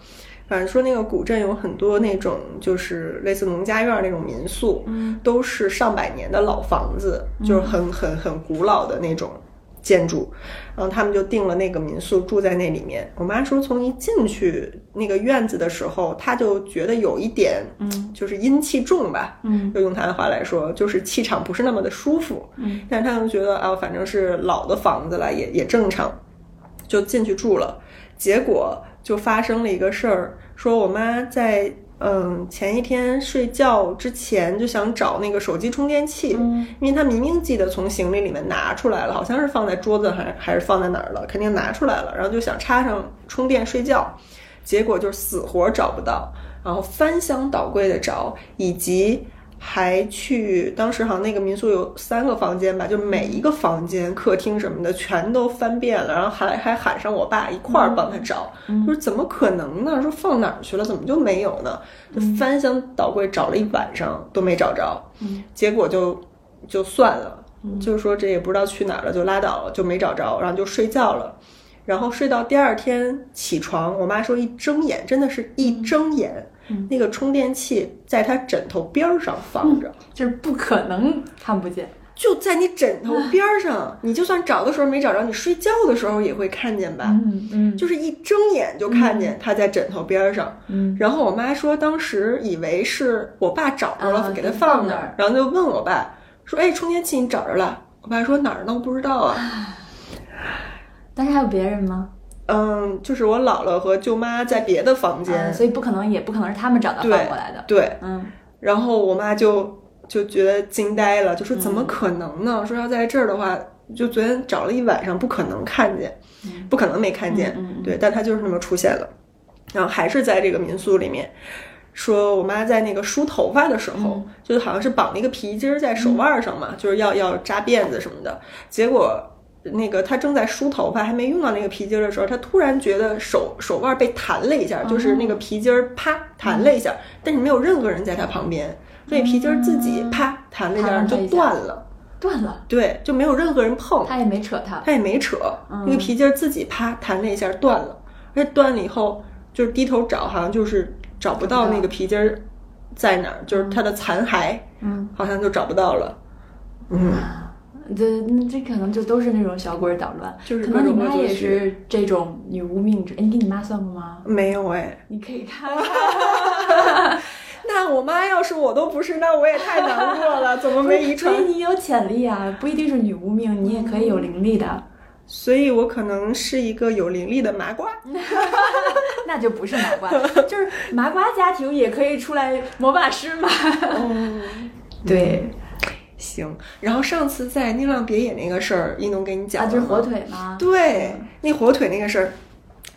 B: 反正说那个古镇有很多那种就是类似农家院儿那种民宿，
A: 嗯
B: 都是上百年的老房子，就是很很很古老的那种建筑。然后他们就订了那个民宿，住在那里面。我妈说，从一进去那个院子的时候，她就觉得有一点
A: 嗯
B: 就是阴气重吧，
A: 嗯
B: 就用她的话来说，就是气场不是那么的舒服。
A: 嗯
B: 但是他们觉得啊，反正是老的房子了，也也正常，就进去住了。结果就发生了一个事儿，说我妈在嗯前一天睡觉之前就想找那个手机充电器，
A: 嗯
B: 因为她明明记得从行李里面拿出来了，好像是放在桌子还还是放在哪儿了，肯定拿出来了，然后就想插上充电睡觉，结果就是死活找不到，然后翻箱倒柜的找，以及。还去当时好像那个民宿有三个房间吧，就每一个房间、客厅什么的全都翻遍了，然后还还喊上我爸一块儿帮他找，说怎么可能呢？说放哪儿去了？怎么就没有呢？就翻箱倒柜找了一晚上都没找着，
A: 嗯
B: 结果就就算了，就说这也不知道去哪儿了，就拉倒了，就没找着，然后就睡觉了。然后睡到第二天起床，我妈说一睁眼，真的是一睁眼，那个充电器在她枕头边儿上放着，
A: 就是不可能看不见。
B: 就在你枕头边儿上。你就算找的时候没找着，你睡觉的时候也会看见吧？
A: 嗯嗯
B: 就是一睁眼就看见它在枕头边儿上。
A: 嗯
B: 然后我妈说，当时以为是我爸找着了，
A: 啊
B: 给他
A: 给
B: 放
A: 放
B: 那
A: 那
B: 儿
A: 儿，
B: 然后就问我爸说：“哎，充电器你找着了？”我爸说：“哪儿呢？我不知道啊。”
A: 但是还有别人吗？
B: 嗯，就是我姥姥和舅妈在别的房间，
A: 嗯，所以不可能，也不可能是他们找到放
B: 对
A: 过来的。
B: 对，
A: 嗯
B: 然后我妈就就觉得惊呆了，就
A: 嗯
B: 说怎么可能呢？说要在这儿的话，就昨天找了一晚上，不可能看见，不可能没看见，
A: 嗯嗯嗯
B: 对，但她就是那么出现了，然后还是在这个民宿里面。说我妈在那个梳头发的时候，
A: 嗯
B: 就是好像是绑了一个皮筋儿在手腕上嘛，就是要要扎辫子什么的。结果那个她正在梳头发，还没用到那个皮筋儿的时候，她突然觉得手手腕被弹了一
A: 哦
B: 下，就是那个皮筋儿啪弹了一
A: 嗯
B: 下，但是没有任何人在她旁边，所以皮筋儿自己啪弹了一
A: 弹
B: 下
A: 了
B: 就
A: 一下
B: 断了，
A: 断了，
B: 对，就没有任何人碰。
A: 他也没扯他。
B: 他也没扯，那个皮筋儿自己啪弹了一下断了，而且断了以后就是低头找，好像就是找不到那个皮筋儿在哪儿，就是它的残骸，
A: 嗯，
B: 好像就找不到了。嗯，
A: 这那这可能就都是那种小鬼儿捣乱，
B: 就是
A: 可能你
B: 各种恶
A: 妈
B: 作
A: 也
B: 剧
A: 是这种女无命之。哎，你给你妈算过吗？
B: 没有哎。
A: 你可以看看，
B: 那我妈要是我都不是，那我也太难过了，怎么没遗传
A: 所哎以？你有潜力啊，不一定是女无命，你也可以有灵力 的，
B: 所以我可能是一个有灵力的麻瓜。
A: 那就不是麻瓜，就是麻瓜家庭也可以出来魔法师嘛。
B: 嗯，
A: 对，
B: 行。然后上次在宁浪别野那个事儿，一农给你讲
A: 啊，
B: 了
A: 就是
B: 吗
A: 火腿嘛。
B: 对，那火腿那个事儿，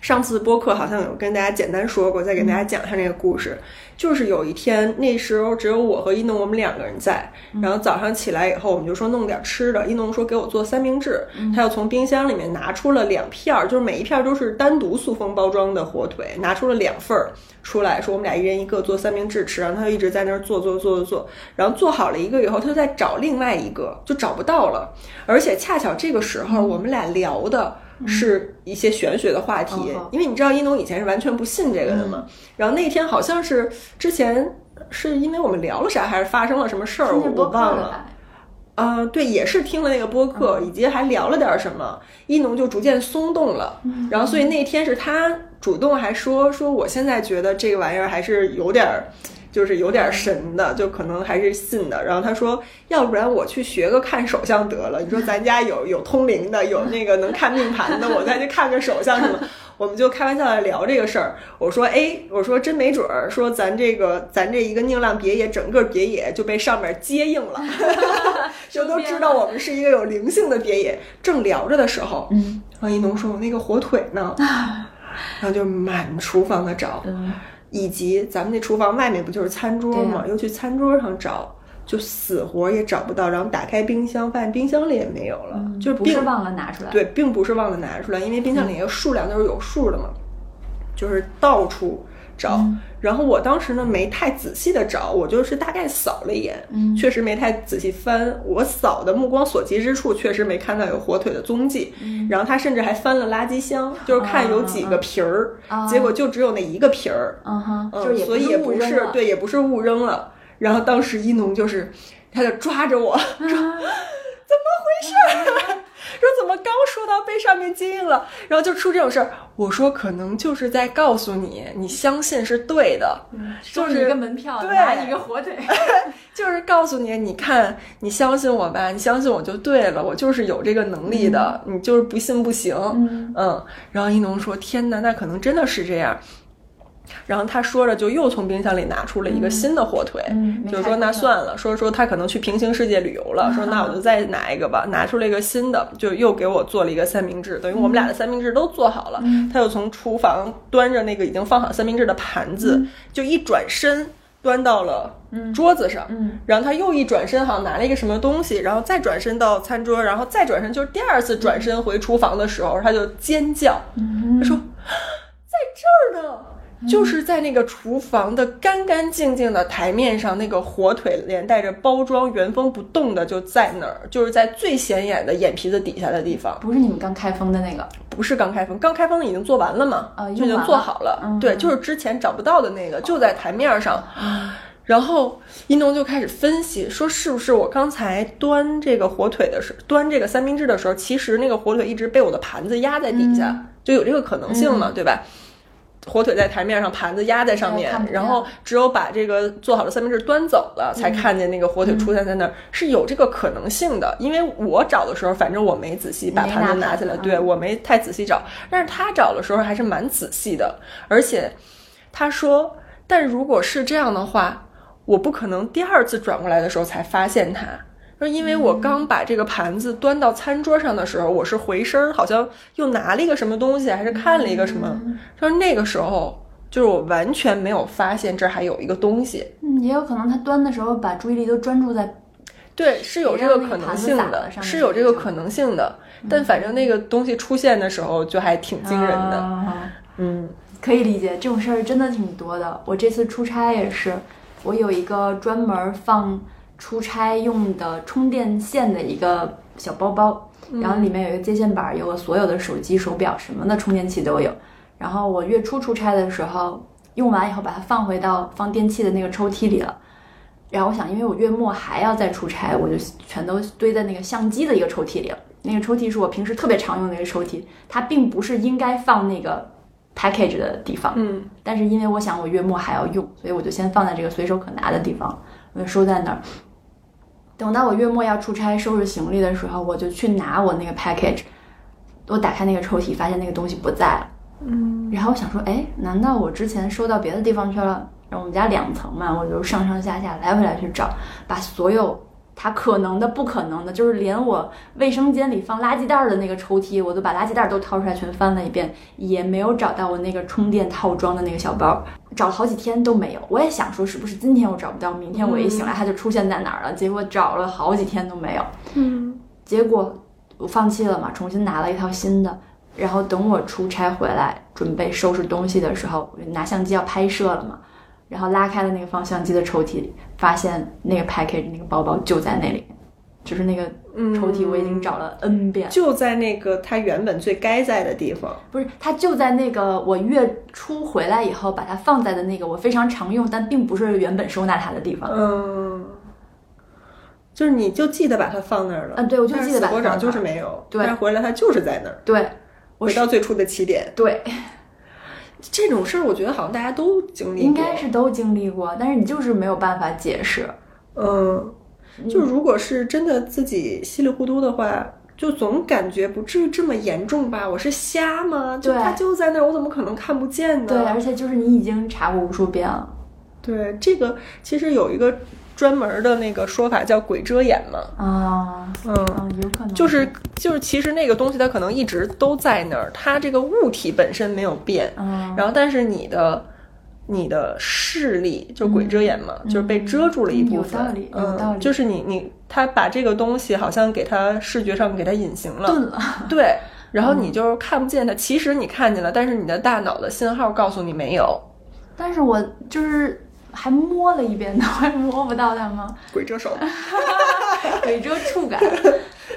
B: 上次播客好像有跟大家简单说过，再给大家讲一下那个故事。就是有一天，那时候只有我和一农我们两个人在，然后早上起来以后，我们就说弄点吃的。一农说给我做三明治，他又从冰箱里面拿出了两片儿，就是每一片儿都是单独塑封包装的火腿，拿出了两份儿出来，说我们俩一人一个做三明治吃。然后他就一直在那儿做做做做做，然后做好了一个以后，他就在找另外一个，就找不到了。而且恰巧这个时候，我们俩聊的是一些玄学的话题，
A: 嗯哦
B: 因为你知道一农以前是完全不信这个的嘛。然后那天好像是之前是因为我们聊了啥，还是发生了什么事儿，
A: 听
B: 我
A: 着
B: 我
A: 播客
B: 忘
A: 了
B: 了。
A: 吧？
B: 啊、对，也是听了那个播客，以及还聊了点什么，一农就逐渐松动了。然后，所以那天是他主动还说说，我现在觉得这个玩意儿还是有点儿，就是有点儿神的，就可能还是信的。然后他说，要不然我去学个看手相得了。你说咱家有有通灵的，有那个能看命盘的，我再去看个手相什么。我们就开玩笑的聊这个事儿。我说，哎，我说真没准儿，说咱这个咱这一个宁浪别野，整个别野就被上面接应了，就都知道我们是一个有灵性的别野。正聊着的时候，
A: 嗯
B: 然后一农说：“我那个火腿 呢？”然后就满厨房的找，
A: 嗯，
B: 以及咱们那厨房外面不就是餐桌
A: 对啊
B: 吗？
A: 呀
B: 又去餐桌上找。就死活也找不到，然后打开冰箱，发现冰箱里也没有了，
A: 嗯
B: 就是
A: 不是
B: 并
A: 忘了嗯拿出来。
B: 对，并不是忘了拿出来，因为冰箱里的数量都是有数的嘛，就是到处找。
A: 嗯
B: 然后我当时呢没太仔细的找，我就是大概扫了一眼，
A: 嗯
B: 确实没太仔细翻。我扫的目光所及之处，确实没看到有火腿的踪迹。
A: 嗯
B: 然后他甚至还翻了垃圾箱，就是看有几个皮儿，
A: 啊
B: 结果就只有那一个皮儿。
A: 嗯哼，
B: 嗯，
A: 就是
B: 所以也
A: 误
B: 不
A: 扔
B: 是
A: 了，
B: 对，也不是误扔了。然后当时一农就是，他就抓着
A: 啊
B: 我说：“ 怎么回事儿？” 说怎么刚说到被上面接应了，然后就出这种事儿。我说可能就是在告诉你，你相信是对的，
A: 嗯
B: 就
A: 收你
B: 是
A: 一个门票，
B: 对
A: 拿你一个火 腿。
B: 就是告诉你，你看，你相信我吧，你相信我就对了，我就是有这个能力的，你就是不信不行。
A: 嗯
B: 然后一农说：“天哪，那可能真的是这样。”然后他说着，就又从冰箱里拿出了一个新的火腿，
A: 嗯没
B: 就是
A: 开
B: 说那
A: 封呢
B: 算了，说说他可能去平行世界旅游
A: 啊
B: 了，说那我就再拿一个吧，拿出了一个新的，就又给我做了一个三明治，等于我们俩的
A: 嗯
B: 三明治都做好了，他又从厨房端着那个已经放好三明治的盘子，就一转身端到了桌子上，
A: 嗯嗯，
B: 然后他又一转身，好像拿了一个什么东西，然后再转身到餐桌，然后再转身，就是第二次转身回厨房的时候，他就尖叫，他说在这儿呢。就是在那个厨房的干干净净的台面上，那个火腿连带着包装原封不动的就在那儿，就是在最显眼的眼皮子底下的地方。
A: 不是你们刚开封的那个，
B: 不是刚开封，刚开封的已经做完了嘛，
A: 啊
B: 哦就已
A: 用
B: 经
A: 完
B: 做
A: 了
B: 好了。嗯
A: 嗯
B: 对，就是之前找不到的那个，就在台面上。然后一农就开始分析，说是不是我刚才端这个火腿的时候，端这个三明治的时候，其实那个火腿一直被我的盘子压在底下，
A: 嗯
B: 就有这个可能性嘛，对吧？火腿在台面上，盘子压在上面
A: 对看不，见
B: 然后只有把这个做好的三明治端走了，才看见那个火腿出现在
A: 嗯
B: 那儿，是有这个可能性的。因为我找的时候，反正我没仔细把
A: 没
B: 盘子
A: 拿
B: 拿
A: 盘
B: 起来，
A: 子
B: 对
A: 嗯
B: 我没太仔细找，但是他找的时候还是蛮仔细的，而且他说，但如果是这样的话，我不可能第二次转过来的时候才发现它。说，因为
A: 嗯
B: 我刚把这个盘子端到餐桌上的时候，我是回身儿，好像又拿了一个什么东西，还是看了一个什么。
A: 嗯
B: 他说那个时候，就是我完全没有发现这儿还有一个东西。
A: 嗯，也有可能他端的时候把注意力都专注在，
B: 对，是有这可能
A: 别
B: 性
A: 让那个
B: 的
A: 盘子，打到上面嗯
B: 是有这个可能性的。但反正那个东西出现的时候，就还挺惊人的。
A: 啊
B: 嗯
A: 可以理解，这种事儿真的挺多的。我这次出差也是，我有一个专门放出差用的充电线的一个小包包，
B: 嗯
A: 然后里面有一个接线板，有我所有的手机、手表什么的充电器都有。然后我月初出差的时候用完以后，把它放回到放电器的那个抽屉里了。然后我想，因为我月末还要再出差，我就全都堆在那个相机的一个抽屉里了。那个抽屉是我平时特别常用的一个抽屉，它并不是应该放那个 package 的地方，
B: 嗯，
A: 但是因为我想我月末还要用，所以我就先放在这个随手可拿的地方，我就收在那儿。等到我月末要出差收拾行李的时候，我就去拿我那个 package，我打开那个抽屉，发现那个东西不在了。嗯，然后我想说，哎，难道我之前收到别的地方去了？然后我们家两层嘛，我就上上下下来回来去找，把所有它可能的、不可能的，就是连我卫生间里放垃圾袋儿的那个抽屉，我都把垃圾袋儿都掏出来全翻了一遍，也没有找到我那个充电套装的那个小包，找了好几天都没有。我也想说，是不是今天我找不到，明天我一醒来它就出现在哪儿了？结果找了好几天都没有。
B: 嗯，
A: 结果我放弃了嘛，重新拿了一套新的。然后等我出差回来，准备收拾东西的时候，我就拿相机要拍摄了嘛，然后拉开了那个放相机的抽屉，发现那个 package 那个包包就在那里，就是那个抽屉我已经找了 n 遍了，
B: 嗯就在那个它原本最该在的地方。
A: 不是它就在那个我月初回来以后把它放在的那个我非常常用，但并不是原本收纳它的地方。
B: 嗯，就是你就记得把它放那儿了。
A: 嗯对我就
B: 但是
A: 记得把它
B: 死活找
A: 放那儿
B: 就是没有，
A: 对
B: 但是回来它就是在那儿，
A: 对我
B: 回到最初的起点。
A: 对，
B: 这种事儿，我觉得好像大家都经历过。
A: 应该是都经历过，但是你就是没有办法解释。
B: 嗯，就如果是真的自己稀里糊涂的话，就总感觉不至于这么严重吧？我是瞎吗？就
A: 对
B: 它就在那儿，我怎么可能看不见呢？
A: 对，而且就是你已经查过无数遍了。
B: 对，这个其实有一个专门的那个说法叫“鬼遮眼”嘛。
A: 啊，
B: 嗯，
A: 嗯，有可能
B: 就是就是，其实那个东西它可能一直都在那儿，它这个物体本身没有变，
A: 嗯，
B: 然后但是你的你的视力就鬼遮眼嘛，就是被遮住了一部
A: 嗯
B: 分，
A: 有道理
B: 嗯
A: 有道理
B: 就是你你他把这个东西好像给它视觉上给它隐形了，
A: 钝了。嗯
B: 对，然后你就是看不见它，其实你看见了，但是你的大脑的信号告诉你没有，
A: 但是我就是还摸了一遍呢，我还摸不到它 吗？
B: 鬼遮手，
A: 有一种触感。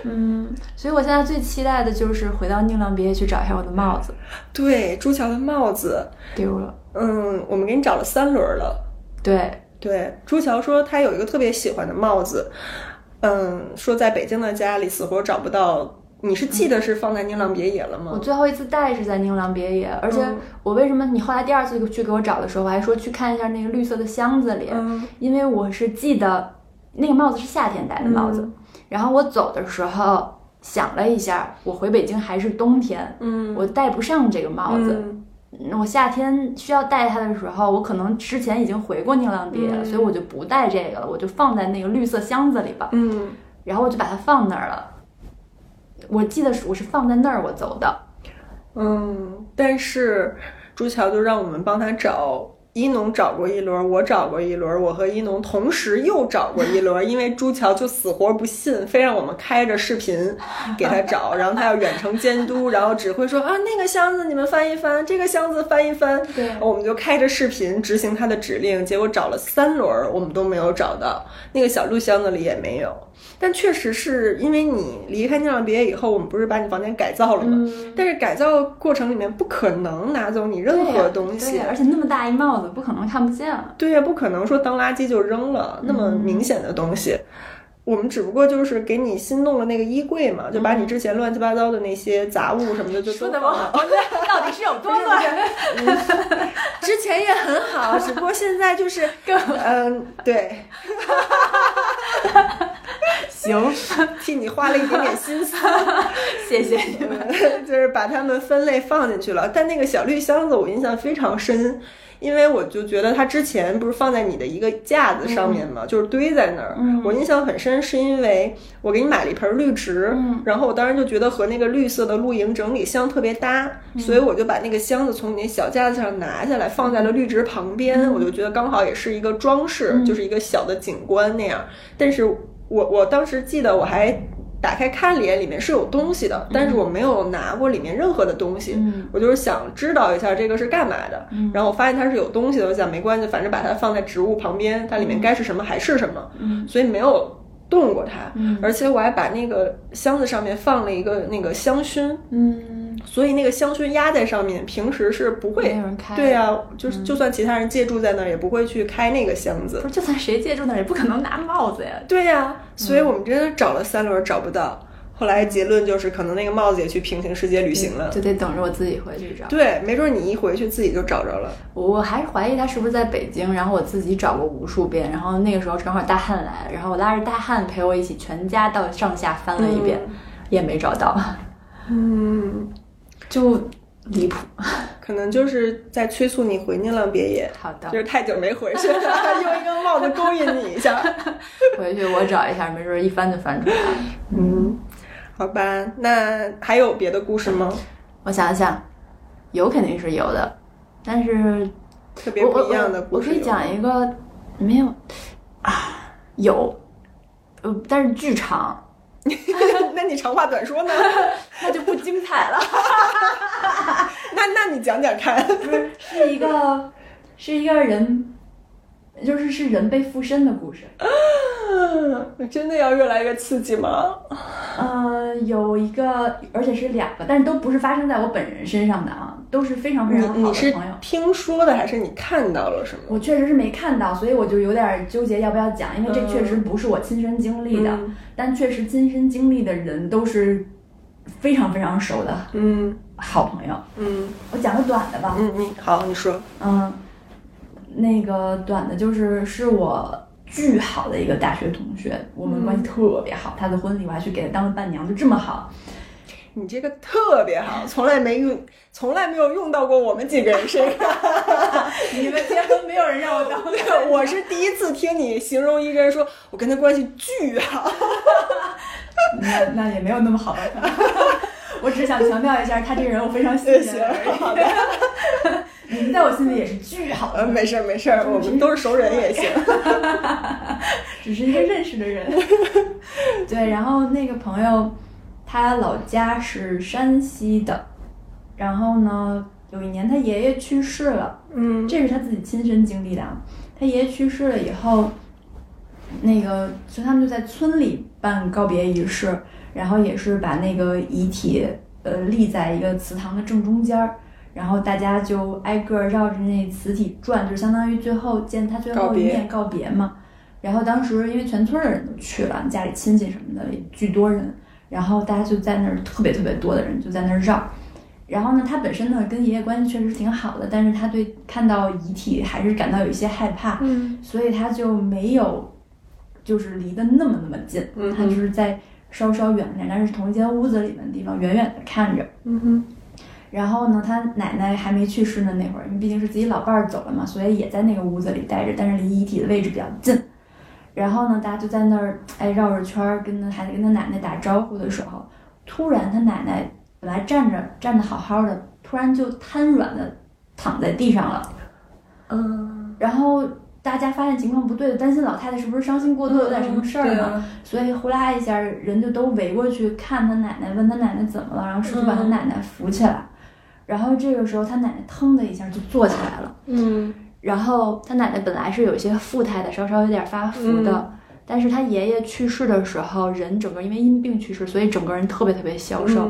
A: 嗯，所以我现在最期待的就是回到宁浪别野去找一下我的帽子，
B: 对，朱桥的帽子，
A: 丢了。
B: 嗯，我们给你找了三轮了。
A: 对，
B: 对，朱桥说他有一个特别喜欢的帽子，嗯，说在北京的家里死活找不到。你是记得是放在宁浪别野了
A: 我
B: 吗？
A: 最后一次戴是在宁浪别野，而且
B: 嗯
A: 我为什么你后来第二次去给我找的时候，我还说去看一下那个绿色的箱子里，
B: 嗯
A: 因为我是记得那个帽子是夏天戴的帽子，
B: 嗯
A: 然后我走的时候想了一下，我回北京还是冬天，
B: 嗯
A: 我戴不上这个帽子。
B: 嗯
A: 那我夏天需要戴它的时候，我可能之前已经回过宁浪别野了，
B: 嗯
A: 所以我就不戴这个了，我就放在那个绿色箱子里吧。
B: 嗯，
A: 然后我就把它放那儿了。我记得是我是放在那儿我走的，
B: 嗯，但是朱桥就让我们帮他找一农找过一轮，我找过一轮，我和一农同时又找过一轮，因为朱桥就死活不信，非让我们开着视频给他找，然后他要远程监督，然后指挥说啊那个箱子你们翻一翻，这个箱子翻一翻，
A: 对
B: 我们就开着视频执行他的指令，结果找了三轮儿，我们都没有找到，那个小鹿箱子里也没有。但确实是因为你离开酿别以后，我们不是把你房间改造了吗？
A: 嗯
B: 但是改造过程里面不可能拿走你任何东
A: 对
B: 西
A: 呀，而且那么大一帽子，不可能看不见了。
B: 对呀、不可能说当垃圾就扔了那
A: 嗯
B: 么明显的东西。我们只不过就是给你新弄了那个衣柜嘛，就把你之前乱七八糟的那些杂物什么的就都
A: 嗯说的
B: 放
A: 我
B: 了
A: 好，到底是有多乱？
B: 之前也很好，哦只不过现在就是
A: 更
B: 嗯， 对，
A: 行，
B: 替你花了一点点心思，
A: 谢谢你们。
B: 就是把它们分类放进去了。但那个小绿箱子我印象非常深，因为我就觉得它之前不是放在你的一个架子上面嘛，就是堆在那儿。
A: 嗯
B: 我印象很深，是因为我给你买了一盆绿植，
A: 嗯
B: 然后我当时就觉得和那个绿色的露营整理箱特别搭，
A: 嗯
B: 所以我就把那个箱子从你那小架子上拿下来，放在了绿植旁边。我就觉得刚好也是一个装饰，
A: 嗯
B: 就是一个小的景观那样。但是我我当时记得我还。打开看了一眼，里面是有东西的，但是我没有拿过里面任何的东西，
A: 嗯
B: 我就是想知道一下这个是干嘛的。
A: 嗯
B: 然后我发现它是有东西的，我想没关系，反正把它放在植物旁边，它里面该是什么还是什么，
A: 嗯
B: 所以没有动过它。
A: 嗯
B: 而且我还把那个箱子上面放了一个那个香薰，
A: 嗯，
B: 所以那个香薰压在上面，平时是不会
A: 没有人开嗯
B: 对呀、就是就算其他人借住在那儿，也不会去开那个箱子
A: 不。是，就算谁借住那儿，也不可能拿帽子呀。
B: 对呀、
A: 嗯
B: 所以我们真的找了三轮找不到，后来结论就是可能那个帽子也去平行世界旅行了。
A: 就得等着我自己回去找。
B: 对，没准你一回去自己就找着了。
A: 我我还怀疑他是不是在北京，然后我自己找过无数遍，然后那个时候正好大汉来，然后我拉着大汉陪我一起，全家到上下翻了一遍，
B: 嗯
A: 也没找到，
B: 嗯，
A: 就离谱。
B: 可能就是在催促你回宁浪别野，
A: 好的
B: 就，是太久没回去了， 用一个帽子勾引你一下。
A: 回去我找一下，没准儿一翻就翻出来。
B: 嗯，好吧，那还有别的故事吗？
A: 我想想，有肯定是有的，但是
B: 特别
A: 我我
B: 不一样的
A: 我我
B: 故事
A: 可以
B: 有
A: 讲一个没有啊 有，呃，但是剧场
B: 吗那你长话 短说呢？
A: 那就不精彩了。
B: 那那你讲讲看。
A: 不 是，是一个是一个人，就是是人被附身的故事。
B: 真的要越来越刺激吗？
A: 呃，有一个，而且是两个，但是都不是发生在我本人身上的啊，都是非常非
B: 你
A: 常好
B: 你
A: 的
B: 是
A: 朋友。
B: 听说的还是你看到了什么？
A: 我确实是没看到，所以我就有点纠结要不要讲，因为这确实不是我亲身经历的，
B: 嗯
A: 但确实亲身经历的人都是非常非常熟的
B: 嗯
A: 好朋友。
B: 嗯
A: 我讲个短的吧，
B: 嗯，你好，你说。
A: 嗯，那个短的就是是我巨好的一个大学同学，我们关系特别好。他的婚礼我还去给他当了伴娘，就这么好。
B: 你这个特别好，从来没用，从来没有用到过我们几个人身上。
A: 你们结婚没有人让我当
B: 我是第一次听你形容一个人说，我跟他关系巨好。
A: 那那也没有那么好吧。可能我只是想强调一下，他这个人我非常信任
B: 好
A: 而已。你们在我心里也是巨好的，
B: 呃，没事儿没事儿，我们都是熟人也行。
A: 只是一个认识的 人。对，然后那个朋友，他老家是山西的，然后呢，有一年他爷爷去世了，
B: 嗯
A: 这是他自己亲身经历的。啊。他爷爷去世了以后，那个就他们就在村里办告别仪式，然后也是把那个遗体呃立在一个祠堂的正中间儿。然后大家就挨个儿绕着那祠体转，就是相当于最后见他最
B: 告
A: 后一
B: 别
A: 面告别嘛。然后当时因为全村的人都去了，家里亲戚什么的也巨多人，然后大家就在那儿特别特别多的人就在那儿绕。然后呢，他本身呢跟爷爷关系确实挺好的，但是他对看到遗体还是感到有一些害怕，
B: 嗯
A: 所以他就没有就是离得那么那么近，
B: 嗯
A: 他就是在稍稍远一点，但是同一间屋子里面的地方远远的看着。
B: 嗯哼
A: 然后呢，他奶奶还没去世呢，那会儿，因为毕竟是自己老伴儿走了嘛，所以也在那个屋子里待着，但是离遗体的位置比较近。然后呢，大家就在那儿哎绕着圈儿，跟他还得跟他奶奶打招呼的时候，突然他奶奶本来站着站得好好的，突然就瘫软的躺在地上了，嗯，然后大家发现情况不对，担心老太太是不是伤心过度，有点什么事儿
B: 对
A: 呢？
B: 啊
A: 所以呼啦一下，人就都围过去看他奶奶，问他奶奶怎么了，然后师傅把他
B: 嗯
A: 奶奶扶起来，然后这个时候他奶奶腾的一下就坐起来了，
B: 嗯
A: 然后他奶奶本来是有一些富态的，稍稍有点发福的。但是他爷爷去世的时候，人整个因为因病去世，所以整个人特别特别消瘦。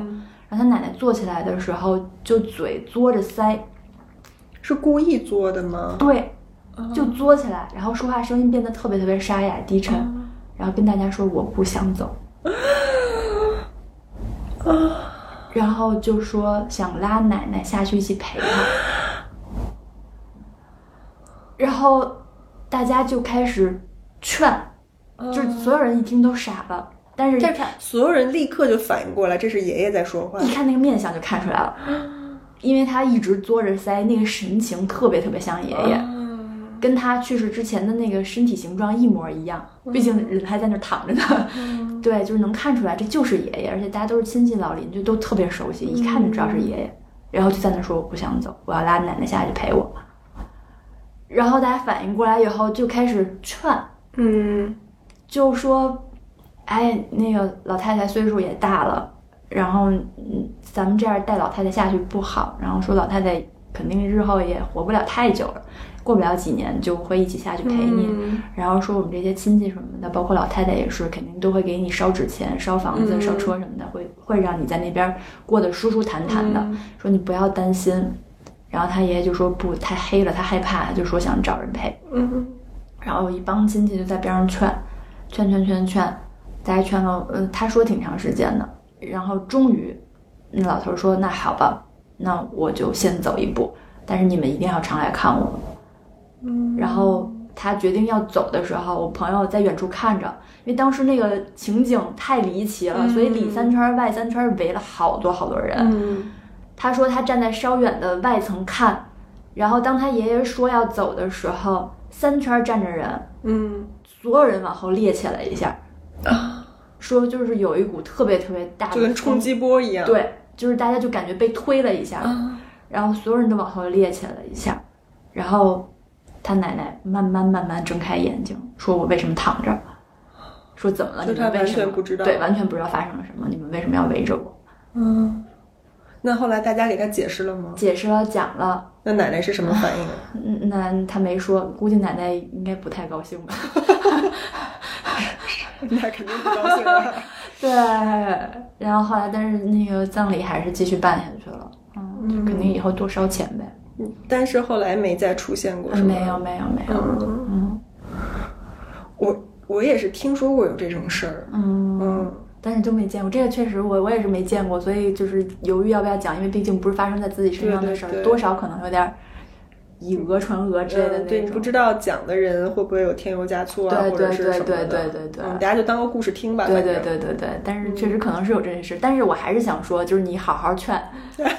A: 然后他奶奶坐起来的时候，就嘴嘬着腮，
B: 是故意做的吗？
A: 对，就嘬起来，然后说话声音变得特别特别沙哑低沉，然后跟大家说我不想走，啊然后就说想拉奶奶下去一起陪她，然后大家就开始劝，就是所有人一听都傻了，但嗯是一
B: 但是
A: 看
B: 所有人立刻就反应过来，这是爷爷在说话。
A: 一看那个面相就看出来了，因为他一直嘬着腮，那个神情特别特别像爷爷。跟他去世之前的那个身体形状一模一样，毕竟人还在那儿躺着呢。 对，就是能看出来这就是爷爷，而且大家都是亲戚老邻居，都特别熟悉，一看就知道是爷爷。然后就在那说我不想走，我要拉奶奶下去陪我。然后大家反应过来以后，就开始劝，
B: 嗯
A: 就说，哎，那个老太太岁数也大了，然后嗯，咱们这样带老太太下去不好，然后说老太太肯定日后也活不了太久了，过不了几年就会一起下去陪你。
B: 嗯
A: 然后说我们这些亲戚什么的，包括老太太也是，肯定都会给你烧纸钱、烧房子、
B: 嗯
A: 烧车什么的，会会让你在那边过得舒舒坦坦的。
B: 嗯
A: 说你不要担心。然后他爷爷就说不，太黑了，他害怕，就说想找人陪。
B: 嗯
A: 然后一帮亲戚就在边上劝，劝劝劝劝，大家劝了，呃，他说挺长时间的，然后终于，那老头说：“那好吧，那我就先走一步，但是你们一定要常来看我。”
B: 嗯
A: 然后他决定要走的时候，我朋友在远处看着，因为当时那个情景太离奇了，所以里三圈儿外三圈儿围了好多好多人。
B: 嗯
A: 他说他站在稍远的外层看，然后当他爷爷说要走的时候，三圈儿站着人。
B: 嗯
A: 所有人往后趔趄了一下，说就是有一股特别特别大的
B: 就跟冲击波一样。
A: 风，对，就是大家就感觉被推了一下，
B: 啊，
A: 然后所有人都往后趔趄了一下，然后他奶奶慢慢慢慢睁开眼睛，说我为什么躺这儿？说怎么了？
B: 就
A: 你
B: 他
A: 们为
B: 完
A: 什
B: 全
A: 么？
B: 不知道
A: 对，完全不知道发生了什么，你们为什么要围着我？
B: 嗯。那后来大家给他解释了吗？
A: 解释了，讲了，
B: 那奶奶是什么反 应啊？
A: 嗯那他没说，估计奶奶应该不太高兴吧。
B: 那肯定不高兴了。
A: 对，然后后来，但是那个葬礼还是继续办下去了，嗯，就肯定以后多烧钱呗。
B: 但是后来没再出现过，是吗？
A: 啊没有，没有，没有，嗯
B: 我我也是听说过有这种事儿。
A: 嗯
B: 嗯
A: 但是都没见过，这个确实我我也是没见过，所以就是犹豫要不要讲，因为毕竟不是发生在自己身上的事
B: 对对
A: 儿，
B: 对
A: 多少可能有点儿以讹传讹之类的
B: 嗯，对，
A: 那
B: 你不
A: 种。
B: 知道讲的人会不会有添油加醋啊，
A: 对
B: 或者
A: 对
B: 是
A: 对
B: 什么的。
A: 对对对对
B: 嗯，大家就当个故事听吧。
A: 对
B: 反正嗯
A: 对对对对，但是确实可能是有这件事，但是我还是想说，就是你好好劝，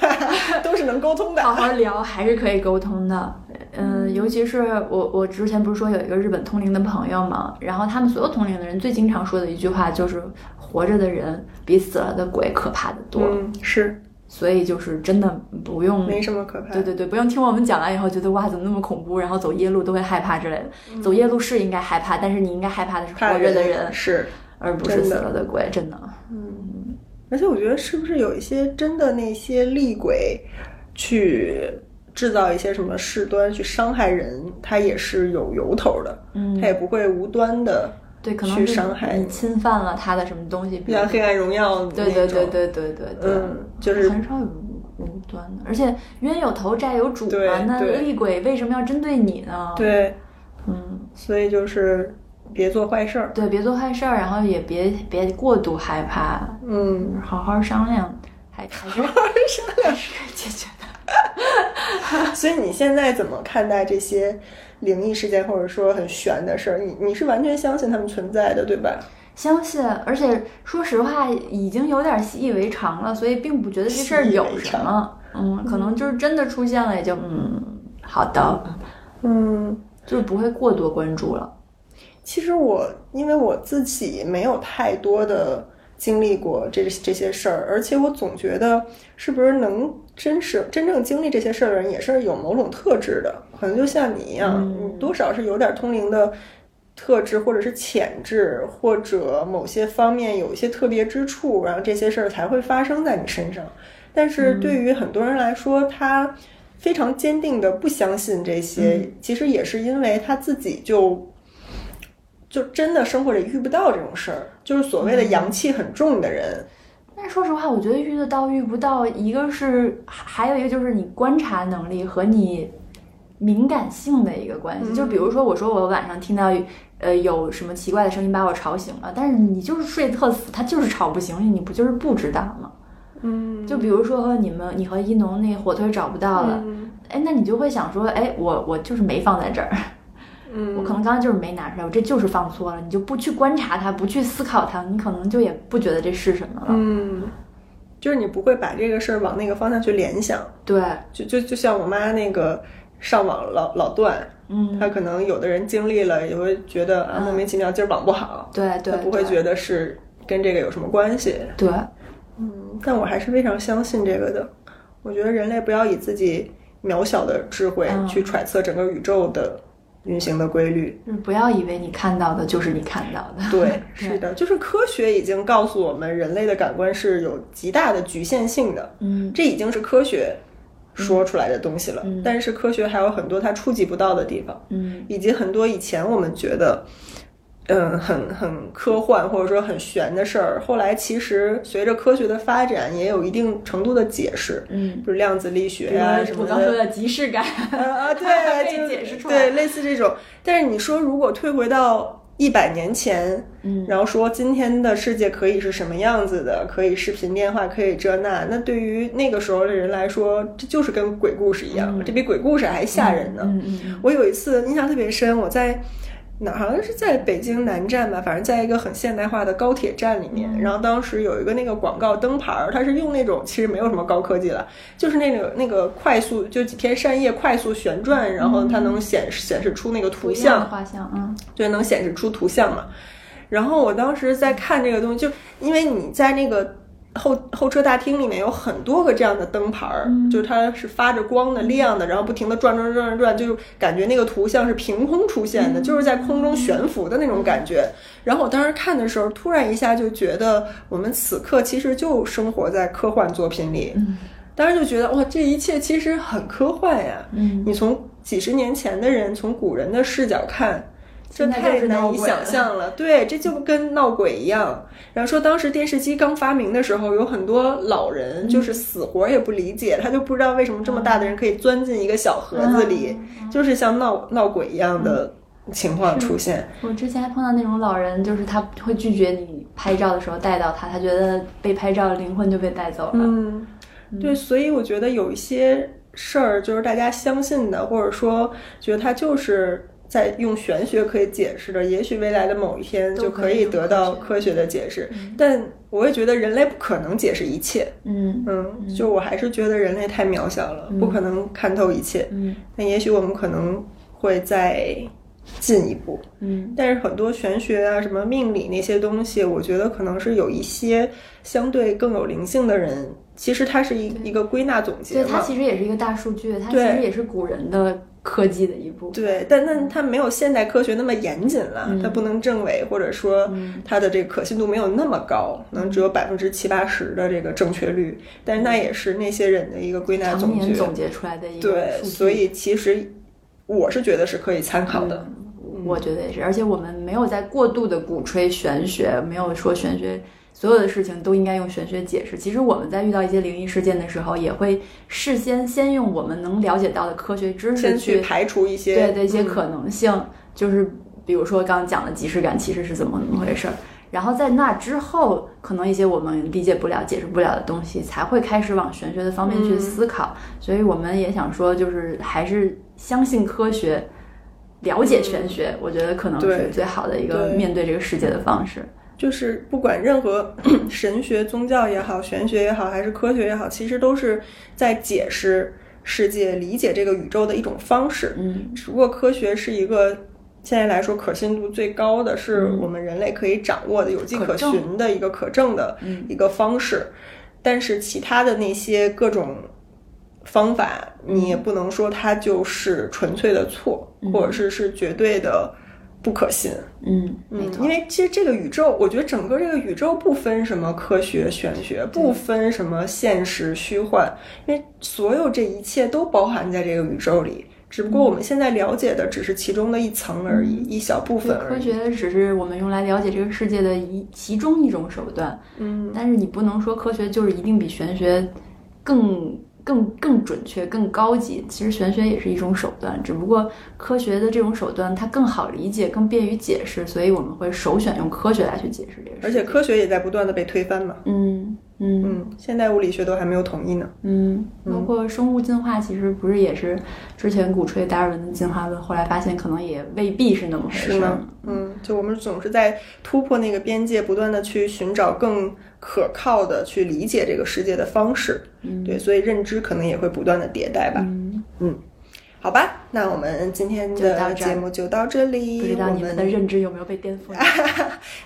B: 都是能沟通的。
A: 好好聊还是可以沟通的。嗯，尤其是我，我之前不是说有一个日本通灵的朋友嘛，然后他们所有通灵的人最经常说的一句话就是，活着的人比死了的鬼可怕的多。
B: 嗯，是
A: 所以就是真的不用，
B: 没什么可怕。
A: 对对对，不用听我们讲完以后觉得哇怎么那么恐怖，然后走夜路都会害怕之类的。走夜路是应该害怕，但是你应该害怕的是
B: 嗯怕
A: 活着的人，
B: 是，
A: 而不是
B: 真
A: 死
B: 的
A: 了的鬼，真的。
B: 嗯，而且我觉得是不是有一些真的那些厉鬼去制造一些什么事端去伤害人，他也是有由头的，
A: 嗯
B: 他也不会无端的，
A: 对，可能
B: 去
A: 是
B: 伤害
A: 你
B: 你
A: 侵犯了他的什么东西，比如
B: 像黑暗荣耀那种，
A: 嗯对对对对对对对，
B: 嗯，就是
A: 很少有无无端的，而且冤有头债有主嘛
B: 对，
A: 那
B: 对
A: 厉鬼为什么要针对你呢？，
B: 对，
A: 嗯，
B: 所以就是别做坏事儿，
A: 对，别做坏事儿，然后也别别过度害怕，
B: 嗯，
A: 好好商量，还还是
B: 商
A: 还是可以解决的。嗯
B: 所以你现在怎么看待这些灵异事件或者说很玄的事儿？你你是完全相信他们存在的，对吧？
A: 相信，而且说实话，已经有点习以为常了，所以并不觉得这事儿
B: 习以为
A: 有什么。嗯，可能就是真的出现了，也就嗯，好的，
B: 嗯，
A: 就是不会过多关注了。
B: 其实我因为我自己没有太多的经历过这这些事儿，而且我总觉得是不是能真实真正经历这些事儿的人也是有某种特质的，可能就像你一样，你多少是有点通灵的特质，或者是潜质，或者某些方面有一些特别之处，然后这些事儿才会发生在你身上。但是对于很多人来说，他非常坚定的不相信这些，其实也是因为他自己就就真的生活里遇不到这种事儿，就是所谓的阳气很重的人，
A: 但是说实话，我觉得遇得到遇不到，一个是还还有一个就是你观察能力和你敏感性的一个关系。就比
B: 嗯
A: 如说，我说我晚上听到呃有什么奇怪的声音把我吵醒了，但是你就是睡得特死，他就是吵不醒你，你不就是不知道吗？
B: 嗯，
A: 就比如说你们你和一农那火腿找不到了，
B: 嗯
A: 哎，那你就会想说，哎，我我就是没放在这儿，
B: 嗯，
A: 我可能刚刚就是没拿出来，我这就是放错了，你就不去观察它，不去思考它，你可能就也不觉得这是什么了。
B: 嗯，就是你不会把这个事儿往那个方向去联想，
A: 对，
B: 就就就像我妈那个上网老老断，
A: 嗯，
B: 她可能有的人经历了也会觉得啊莫名其妙今儿网不好，
A: 对对，
B: 她不会
A: 对
B: 觉得是跟这个有什么关系。
A: 对，
B: 嗯，但我还是非常相信这个的。我觉得人类不要以自己渺小的智慧
A: 嗯
B: 去揣测整个宇宙的运行的规律。
A: 就是不要以为你看到的就是你看到的。
B: 对，是的，就是科学已经告诉我们，人类的感官是有极大的局限性的。
A: 嗯，
B: 这已经是科学说出来的东西了。
A: 嗯
B: 但是科学还有很多它触及不到的地方，
A: 嗯
B: 以及很多以前我们觉得。嗯，很很科幻或者说很玄的事儿，后来其实随着科学的发展，也有一定程度的解释，
A: 嗯，
B: 比如量子力学啊什
A: 我
B: 么
A: 刚说
B: 的，
A: 的即视感，
B: 啊，对，
A: 被
B: 就
A: 解释出来
B: 对，类似这种。但是你说如果退回到一百年前，
A: 嗯
B: 然后说今天的世界可以是什么样子的，可以视频电话，可以这那，那对于那个时候的人来说，这就是跟鬼故事一样，这比鬼故事还吓人呢。
A: 嗯嗯嗯
B: 我有一次印象特别深，我在哪儿好像是在北京南站吧，反正在一个很现代化的高铁站里面，然后当时有一个那个广告灯牌儿，它是用那种其实没有什么高科技了，就是那个那个快速就几片扇叶快速旋转，然后它能显示显示出那个
A: 不
B: 嗯图
A: 一样的
B: 像，
A: 画像，嗯
B: 对，能显示出图像嘛。然后我当时在看这个东西，就因为你在那个候候车大厅里面有很多个这样的灯牌儿，
A: 嗯
B: 就是它是发着光的、亮的，然后不停的转转转转转，就是感觉那个图像是凭空出现
A: 嗯
B: 的，就是在空中悬浮的那种感觉。然后我当时看的时候，突然一下就觉得我们此刻其实就生活在科幻作品里，
A: 嗯
B: 当时就觉得哇，这一切其实很科幻呀。
A: 嗯，
B: 你从几十年前的人，从古人的视角看，
A: 现
B: 这
A: 在就
B: 太
A: 是闹
B: 难以
A: 鬼
B: 想
A: 了
B: 象了。对，这就跟闹鬼一样。然后说，当时电视机刚发明的时候，有很多老
A: 嗯
B: 人就是死活也不理解，他就不知道为什么这么大的人可以钻进一个小盒子里，
A: 嗯
B: 就是像闹闹鬼一样的情况出现。
A: 我之前还碰到那种老人，就是他会拒绝你拍照的时候带到他，他觉得被拍照灵魂就被带走了。
B: 嗯，对，所以我觉得有一些事儿就是大家相信的，或者说觉得它就是在用玄学可以解释的，也许未来的某一天
A: 都
B: 就
A: 可
B: 可
A: 以
B: 以
A: 用
B: 得
A: 科
B: 到
A: 学
B: 科学的解释。但我也觉得人类不可能解释一切，
A: 嗯
B: 嗯，就我还是觉得人类太渺小了，不可能看透一切。
A: 嗯
B: 但也许我们可能会再进一步。
A: 嗯
B: 但是很多玄学啊、什么命理那些东西，我觉得可能是有一些相对更有灵性的人，其实它是一一个归纳总
A: 对，
B: 结
A: 它
B: 嘛。
A: 其实也是一个大数据，它其
B: 对
A: 实也是古人的科技的一部分。
B: 对，但
A: 嗯
B: 但它没有现代科学那么严谨了，它不能证伪，或者说
A: 嗯
B: 它的这个可信度没有那么高，能只有百分之七八十的这个正确率。但是那也是那些人的一个归
A: 嗯
B: 纳
A: 常
B: 总
A: 年
B: 结。
A: 总结出来的一个数
B: 对，
A: 据，
B: 所以其实我是觉得是可以参考的。嗯
A: 我觉得也是。而且我们没有在过度的鼓吹玄学，没有说玄学所有的事情都应该用玄学解释。其实我们在遇到一些灵异事件的时候，也会事先先用我们能了解到的科学知识
B: 先去
A: 去
B: 排除一些
A: 对的一些
B: 嗯
A: 可能性，就是比如说刚刚讲的即视感其实是怎么怎么回事儿，然后在那之后，可能一些我们理解不了、解释不了的东西，才会开始往玄学的方面去
B: 嗯
A: 思考。所以我们也想说，就是还是相信科学。了解玄学，我觉得可能是
B: 嗯对
A: 最好的一个
B: 对
A: 面对这个世界的方式。
B: 就是不管任何 神学、宗教也好，玄学也好，还是科学也好，其实都是在解释世界、理解这个宇宙的一种方式。
A: 嗯
B: 只不过科学是一个现在来说可信度最高的，是我们人类可以掌握的、有迹可循的一个可证的一个方式。但是其他的那些各种方法，你也不能说它就是纯粹的错，或者是是绝对的不可信。
A: 嗯，
B: 嗯，因为其实这个宇宙，我觉得整个这个宇宙不分什么科学、玄学，不分什么现实、虚幻，因为所有这一切都包含在这个宇宙里。只不
A: 嗯
B: 过我们现在了解的只是其中的一层而已，一小部分而
A: 科
B: 已。
A: 学只是我们用来了解这个世界的一其中一种手段，
B: 嗯，
A: 但是你不能说科学就是一定比玄学更更更准确、更高级。其实玄学也是一种手段，只不过科学的这种手段它更好理解、更便于解释，所以我们会首选用科学来去解释这个事。
B: 而且，科学也在不断的被推翻嘛。
A: 嗯嗯
B: 嗯，现代物理学都还没有统一呢。
A: 嗯，包括生物进化，其实不是也是之前鼓吹达尔文的进化论，后来发现可能也未必是那么回事。
B: 是吗？嗯，就我们总是在突破那个边界，不断的去寻找更可靠的去理解这个世界的方式。
A: 嗯
B: 对，所以认知可能也会不断的迭代吧。
A: 嗯，
B: 好吧，那我们今天
A: 就到
B: 的
A: 这儿
B: 节目就到这
A: 不
B: 里。
A: 知道
B: 我
A: 你们的认知有没有被颠 覆呢？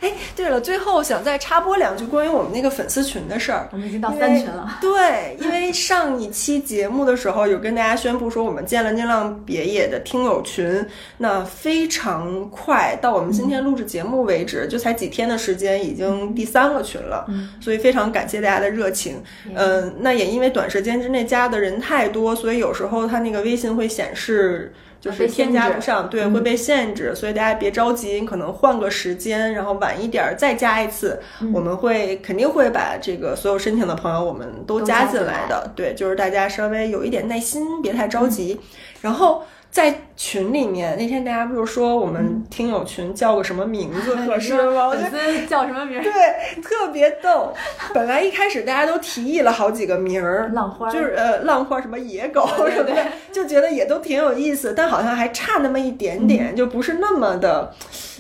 B: 哎，对了，最后想再插播两句关于我们那个粉丝群的事儿。
A: 我们已经到三群 了。
B: 因为。对，因为上一期节目的时候有跟大家宣布说，我们建了“宁浪别野”的听友群，那非常快，到我们今天录制节目为止，就才几天的时间，已经第三个群了。
A: 嗯
B: 所以非常感谢大家的热情。嗯、那也因为短时间之内加的人太多，所以有时候它那个微信会显示。就
A: 被
B: 是
A: 限
B: 添加
A: 制嗯
B: 不上，对，会被限制，所以大家别着急，你可能换个时间，然后晚一点儿再加一次，我们会肯定会把这个所有申请的朋友我们都
A: 都
B: 加
A: 加
B: 进
A: 进
B: 来嗯
A: 来
B: 的，对，就是大家稍微有一点耐心，别太着急。然后在群里面，那天大家不是说我们听友群叫个什么名字 合适吗？我就
A: 粉丝叫什么名儿？
B: 对，特别逗。本来一开始大家都提议了好几个名儿，
A: 浪花儿
B: 就是呃浪花儿什么野狗什么的，就觉得也都挺有意思，但好像还差那么一点
A: 嗯
B: 点，就不是那么的，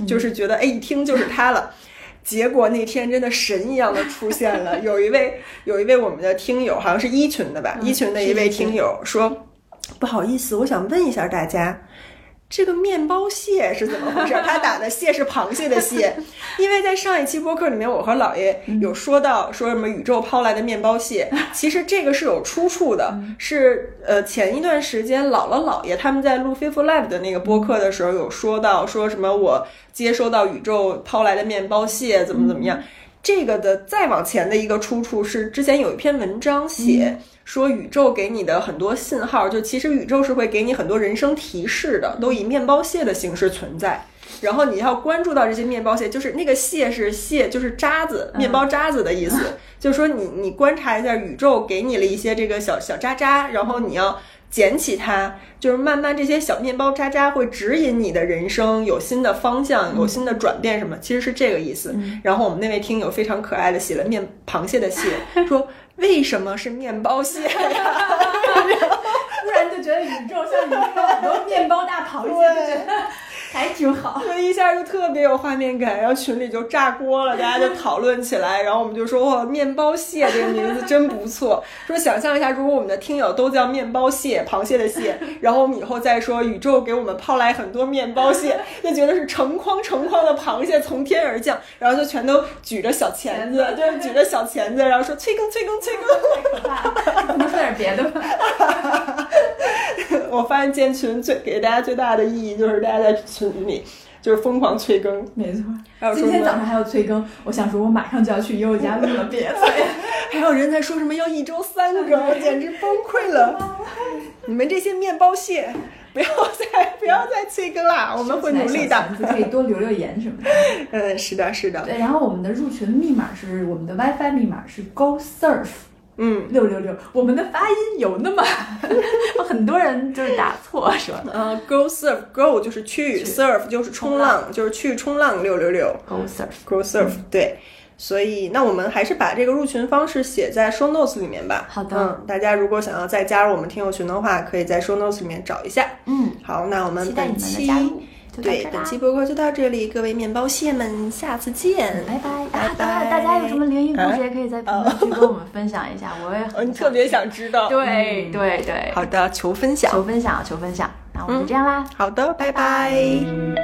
B: 就是觉得哎一听就是他了。结果那天真的神一样的出现了，有一位有一位我们的听友，好像是一群的吧，
A: 嗯
B: 一群的一
A: 是
B: 位
A: 是是
B: 听友说，不好意思，我想问一下大家，这个面包蟹是怎么回事？他打的蟹是螃蟹的蟹，因为在上一期播客里面，我和姥爷有说到说什么宇宙抛来的面包蟹，其实这个是有出处的，是呃前一段时间姥姥姥爷他们在录 Faithful Lab 的那个播客的时候有说到说什么我接收到宇宙抛来的面包蟹怎么怎么样。这个的再往前的一个出处是之前有一篇文章写说宇宙给你的很多信号，就其实宇宙是会给你很多人生提示的，都以面包蟹的形式存在。然后你要关注到这些面包蟹，就是那个蟹是蟹，就是渣子，面包渣子的意思。 就是说你你观察一下宇宙给你了一些这个小小渣渣，然后你要捡起它，就是慢慢这些小面包渣渣会指引你的人生有新的方向，有新的转变什么，其实是这个意思。然后我们那位听友非常可爱的写了面螃蟹的蟹，说为什么是面包蟹呀？
A: 突然就觉得宇宙像你这种很多面包大螃蟹，就觉得 还挺好。
B: 所以一下就特别有画面感，然后群里就炸锅了，大家就讨论起来，然后我们就说哇，面包蟹这个名字真不错。说想象一下，如果我们的听友都叫面包蟹，螃蟹的蟹，然后我们以后再说宇宙给我们抛来很多面包蟹，就觉得是成筐成筐的螃蟹从天而降，然后就全都举着小钳子，对，举着小钳子，然后说催更催更催更。
A: 太可怕了，不能说点别的吗？
B: 我发现建群最给大家最大的意义就是大家在群里就是疯狂催更，
A: 没错
B: 还有，说
A: 今天
B: 呢
A: 早上还有催更，我想说，我马上就要去悠悠家录了，别 催。
B: 还有人在说什么要一周三
A: 哎
B: 更，简直崩溃了！你们这些面包蟹， 不要再不要再催更啦，我们会努 力的。
A: 可以多留留言什么的。
B: 嗯，是的，是的，
A: 对，然后我们的入群密码是我们的 WiFi 密码是 Go Surf
B: 嗯
A: 六六六，我们的发音有那么， 很多人就是打错说
B: 呃，go surf go 就是去
A: 去
B: ，surf 就是冲浪，就是去冲浪六六六
A: Go Surf。
B: ，go surf
A: 嗯
B: 对。所以，那我们还是把这个入群方式写在 show notes 里面吧。
A: 好的
B: 嗯，大家如果想要再加入我们听友群的话，可以在 show notes 里面找一下。
A: 嗯，
B: 好，那我们
A: 期待你
B: 本
A: 们
B: 期
A: 的加入。就到
B: 对
A: 这儿啦
B: 本期播客就到这里，各位面包蟹们，下次见。
A: 拜拜！
B: 拜
A: 啊，
B: 拜
A: 当然，大家有什么灵异故事也可以在评论区跟我们分享一下，我也
B: 嗯，
A: 很
B: 特别嗯想知道。
A: 对对对，
B: 好的，求分享。嗯
A: 求分享，求分享。那我们就这样啦，
B: 好的，拜拜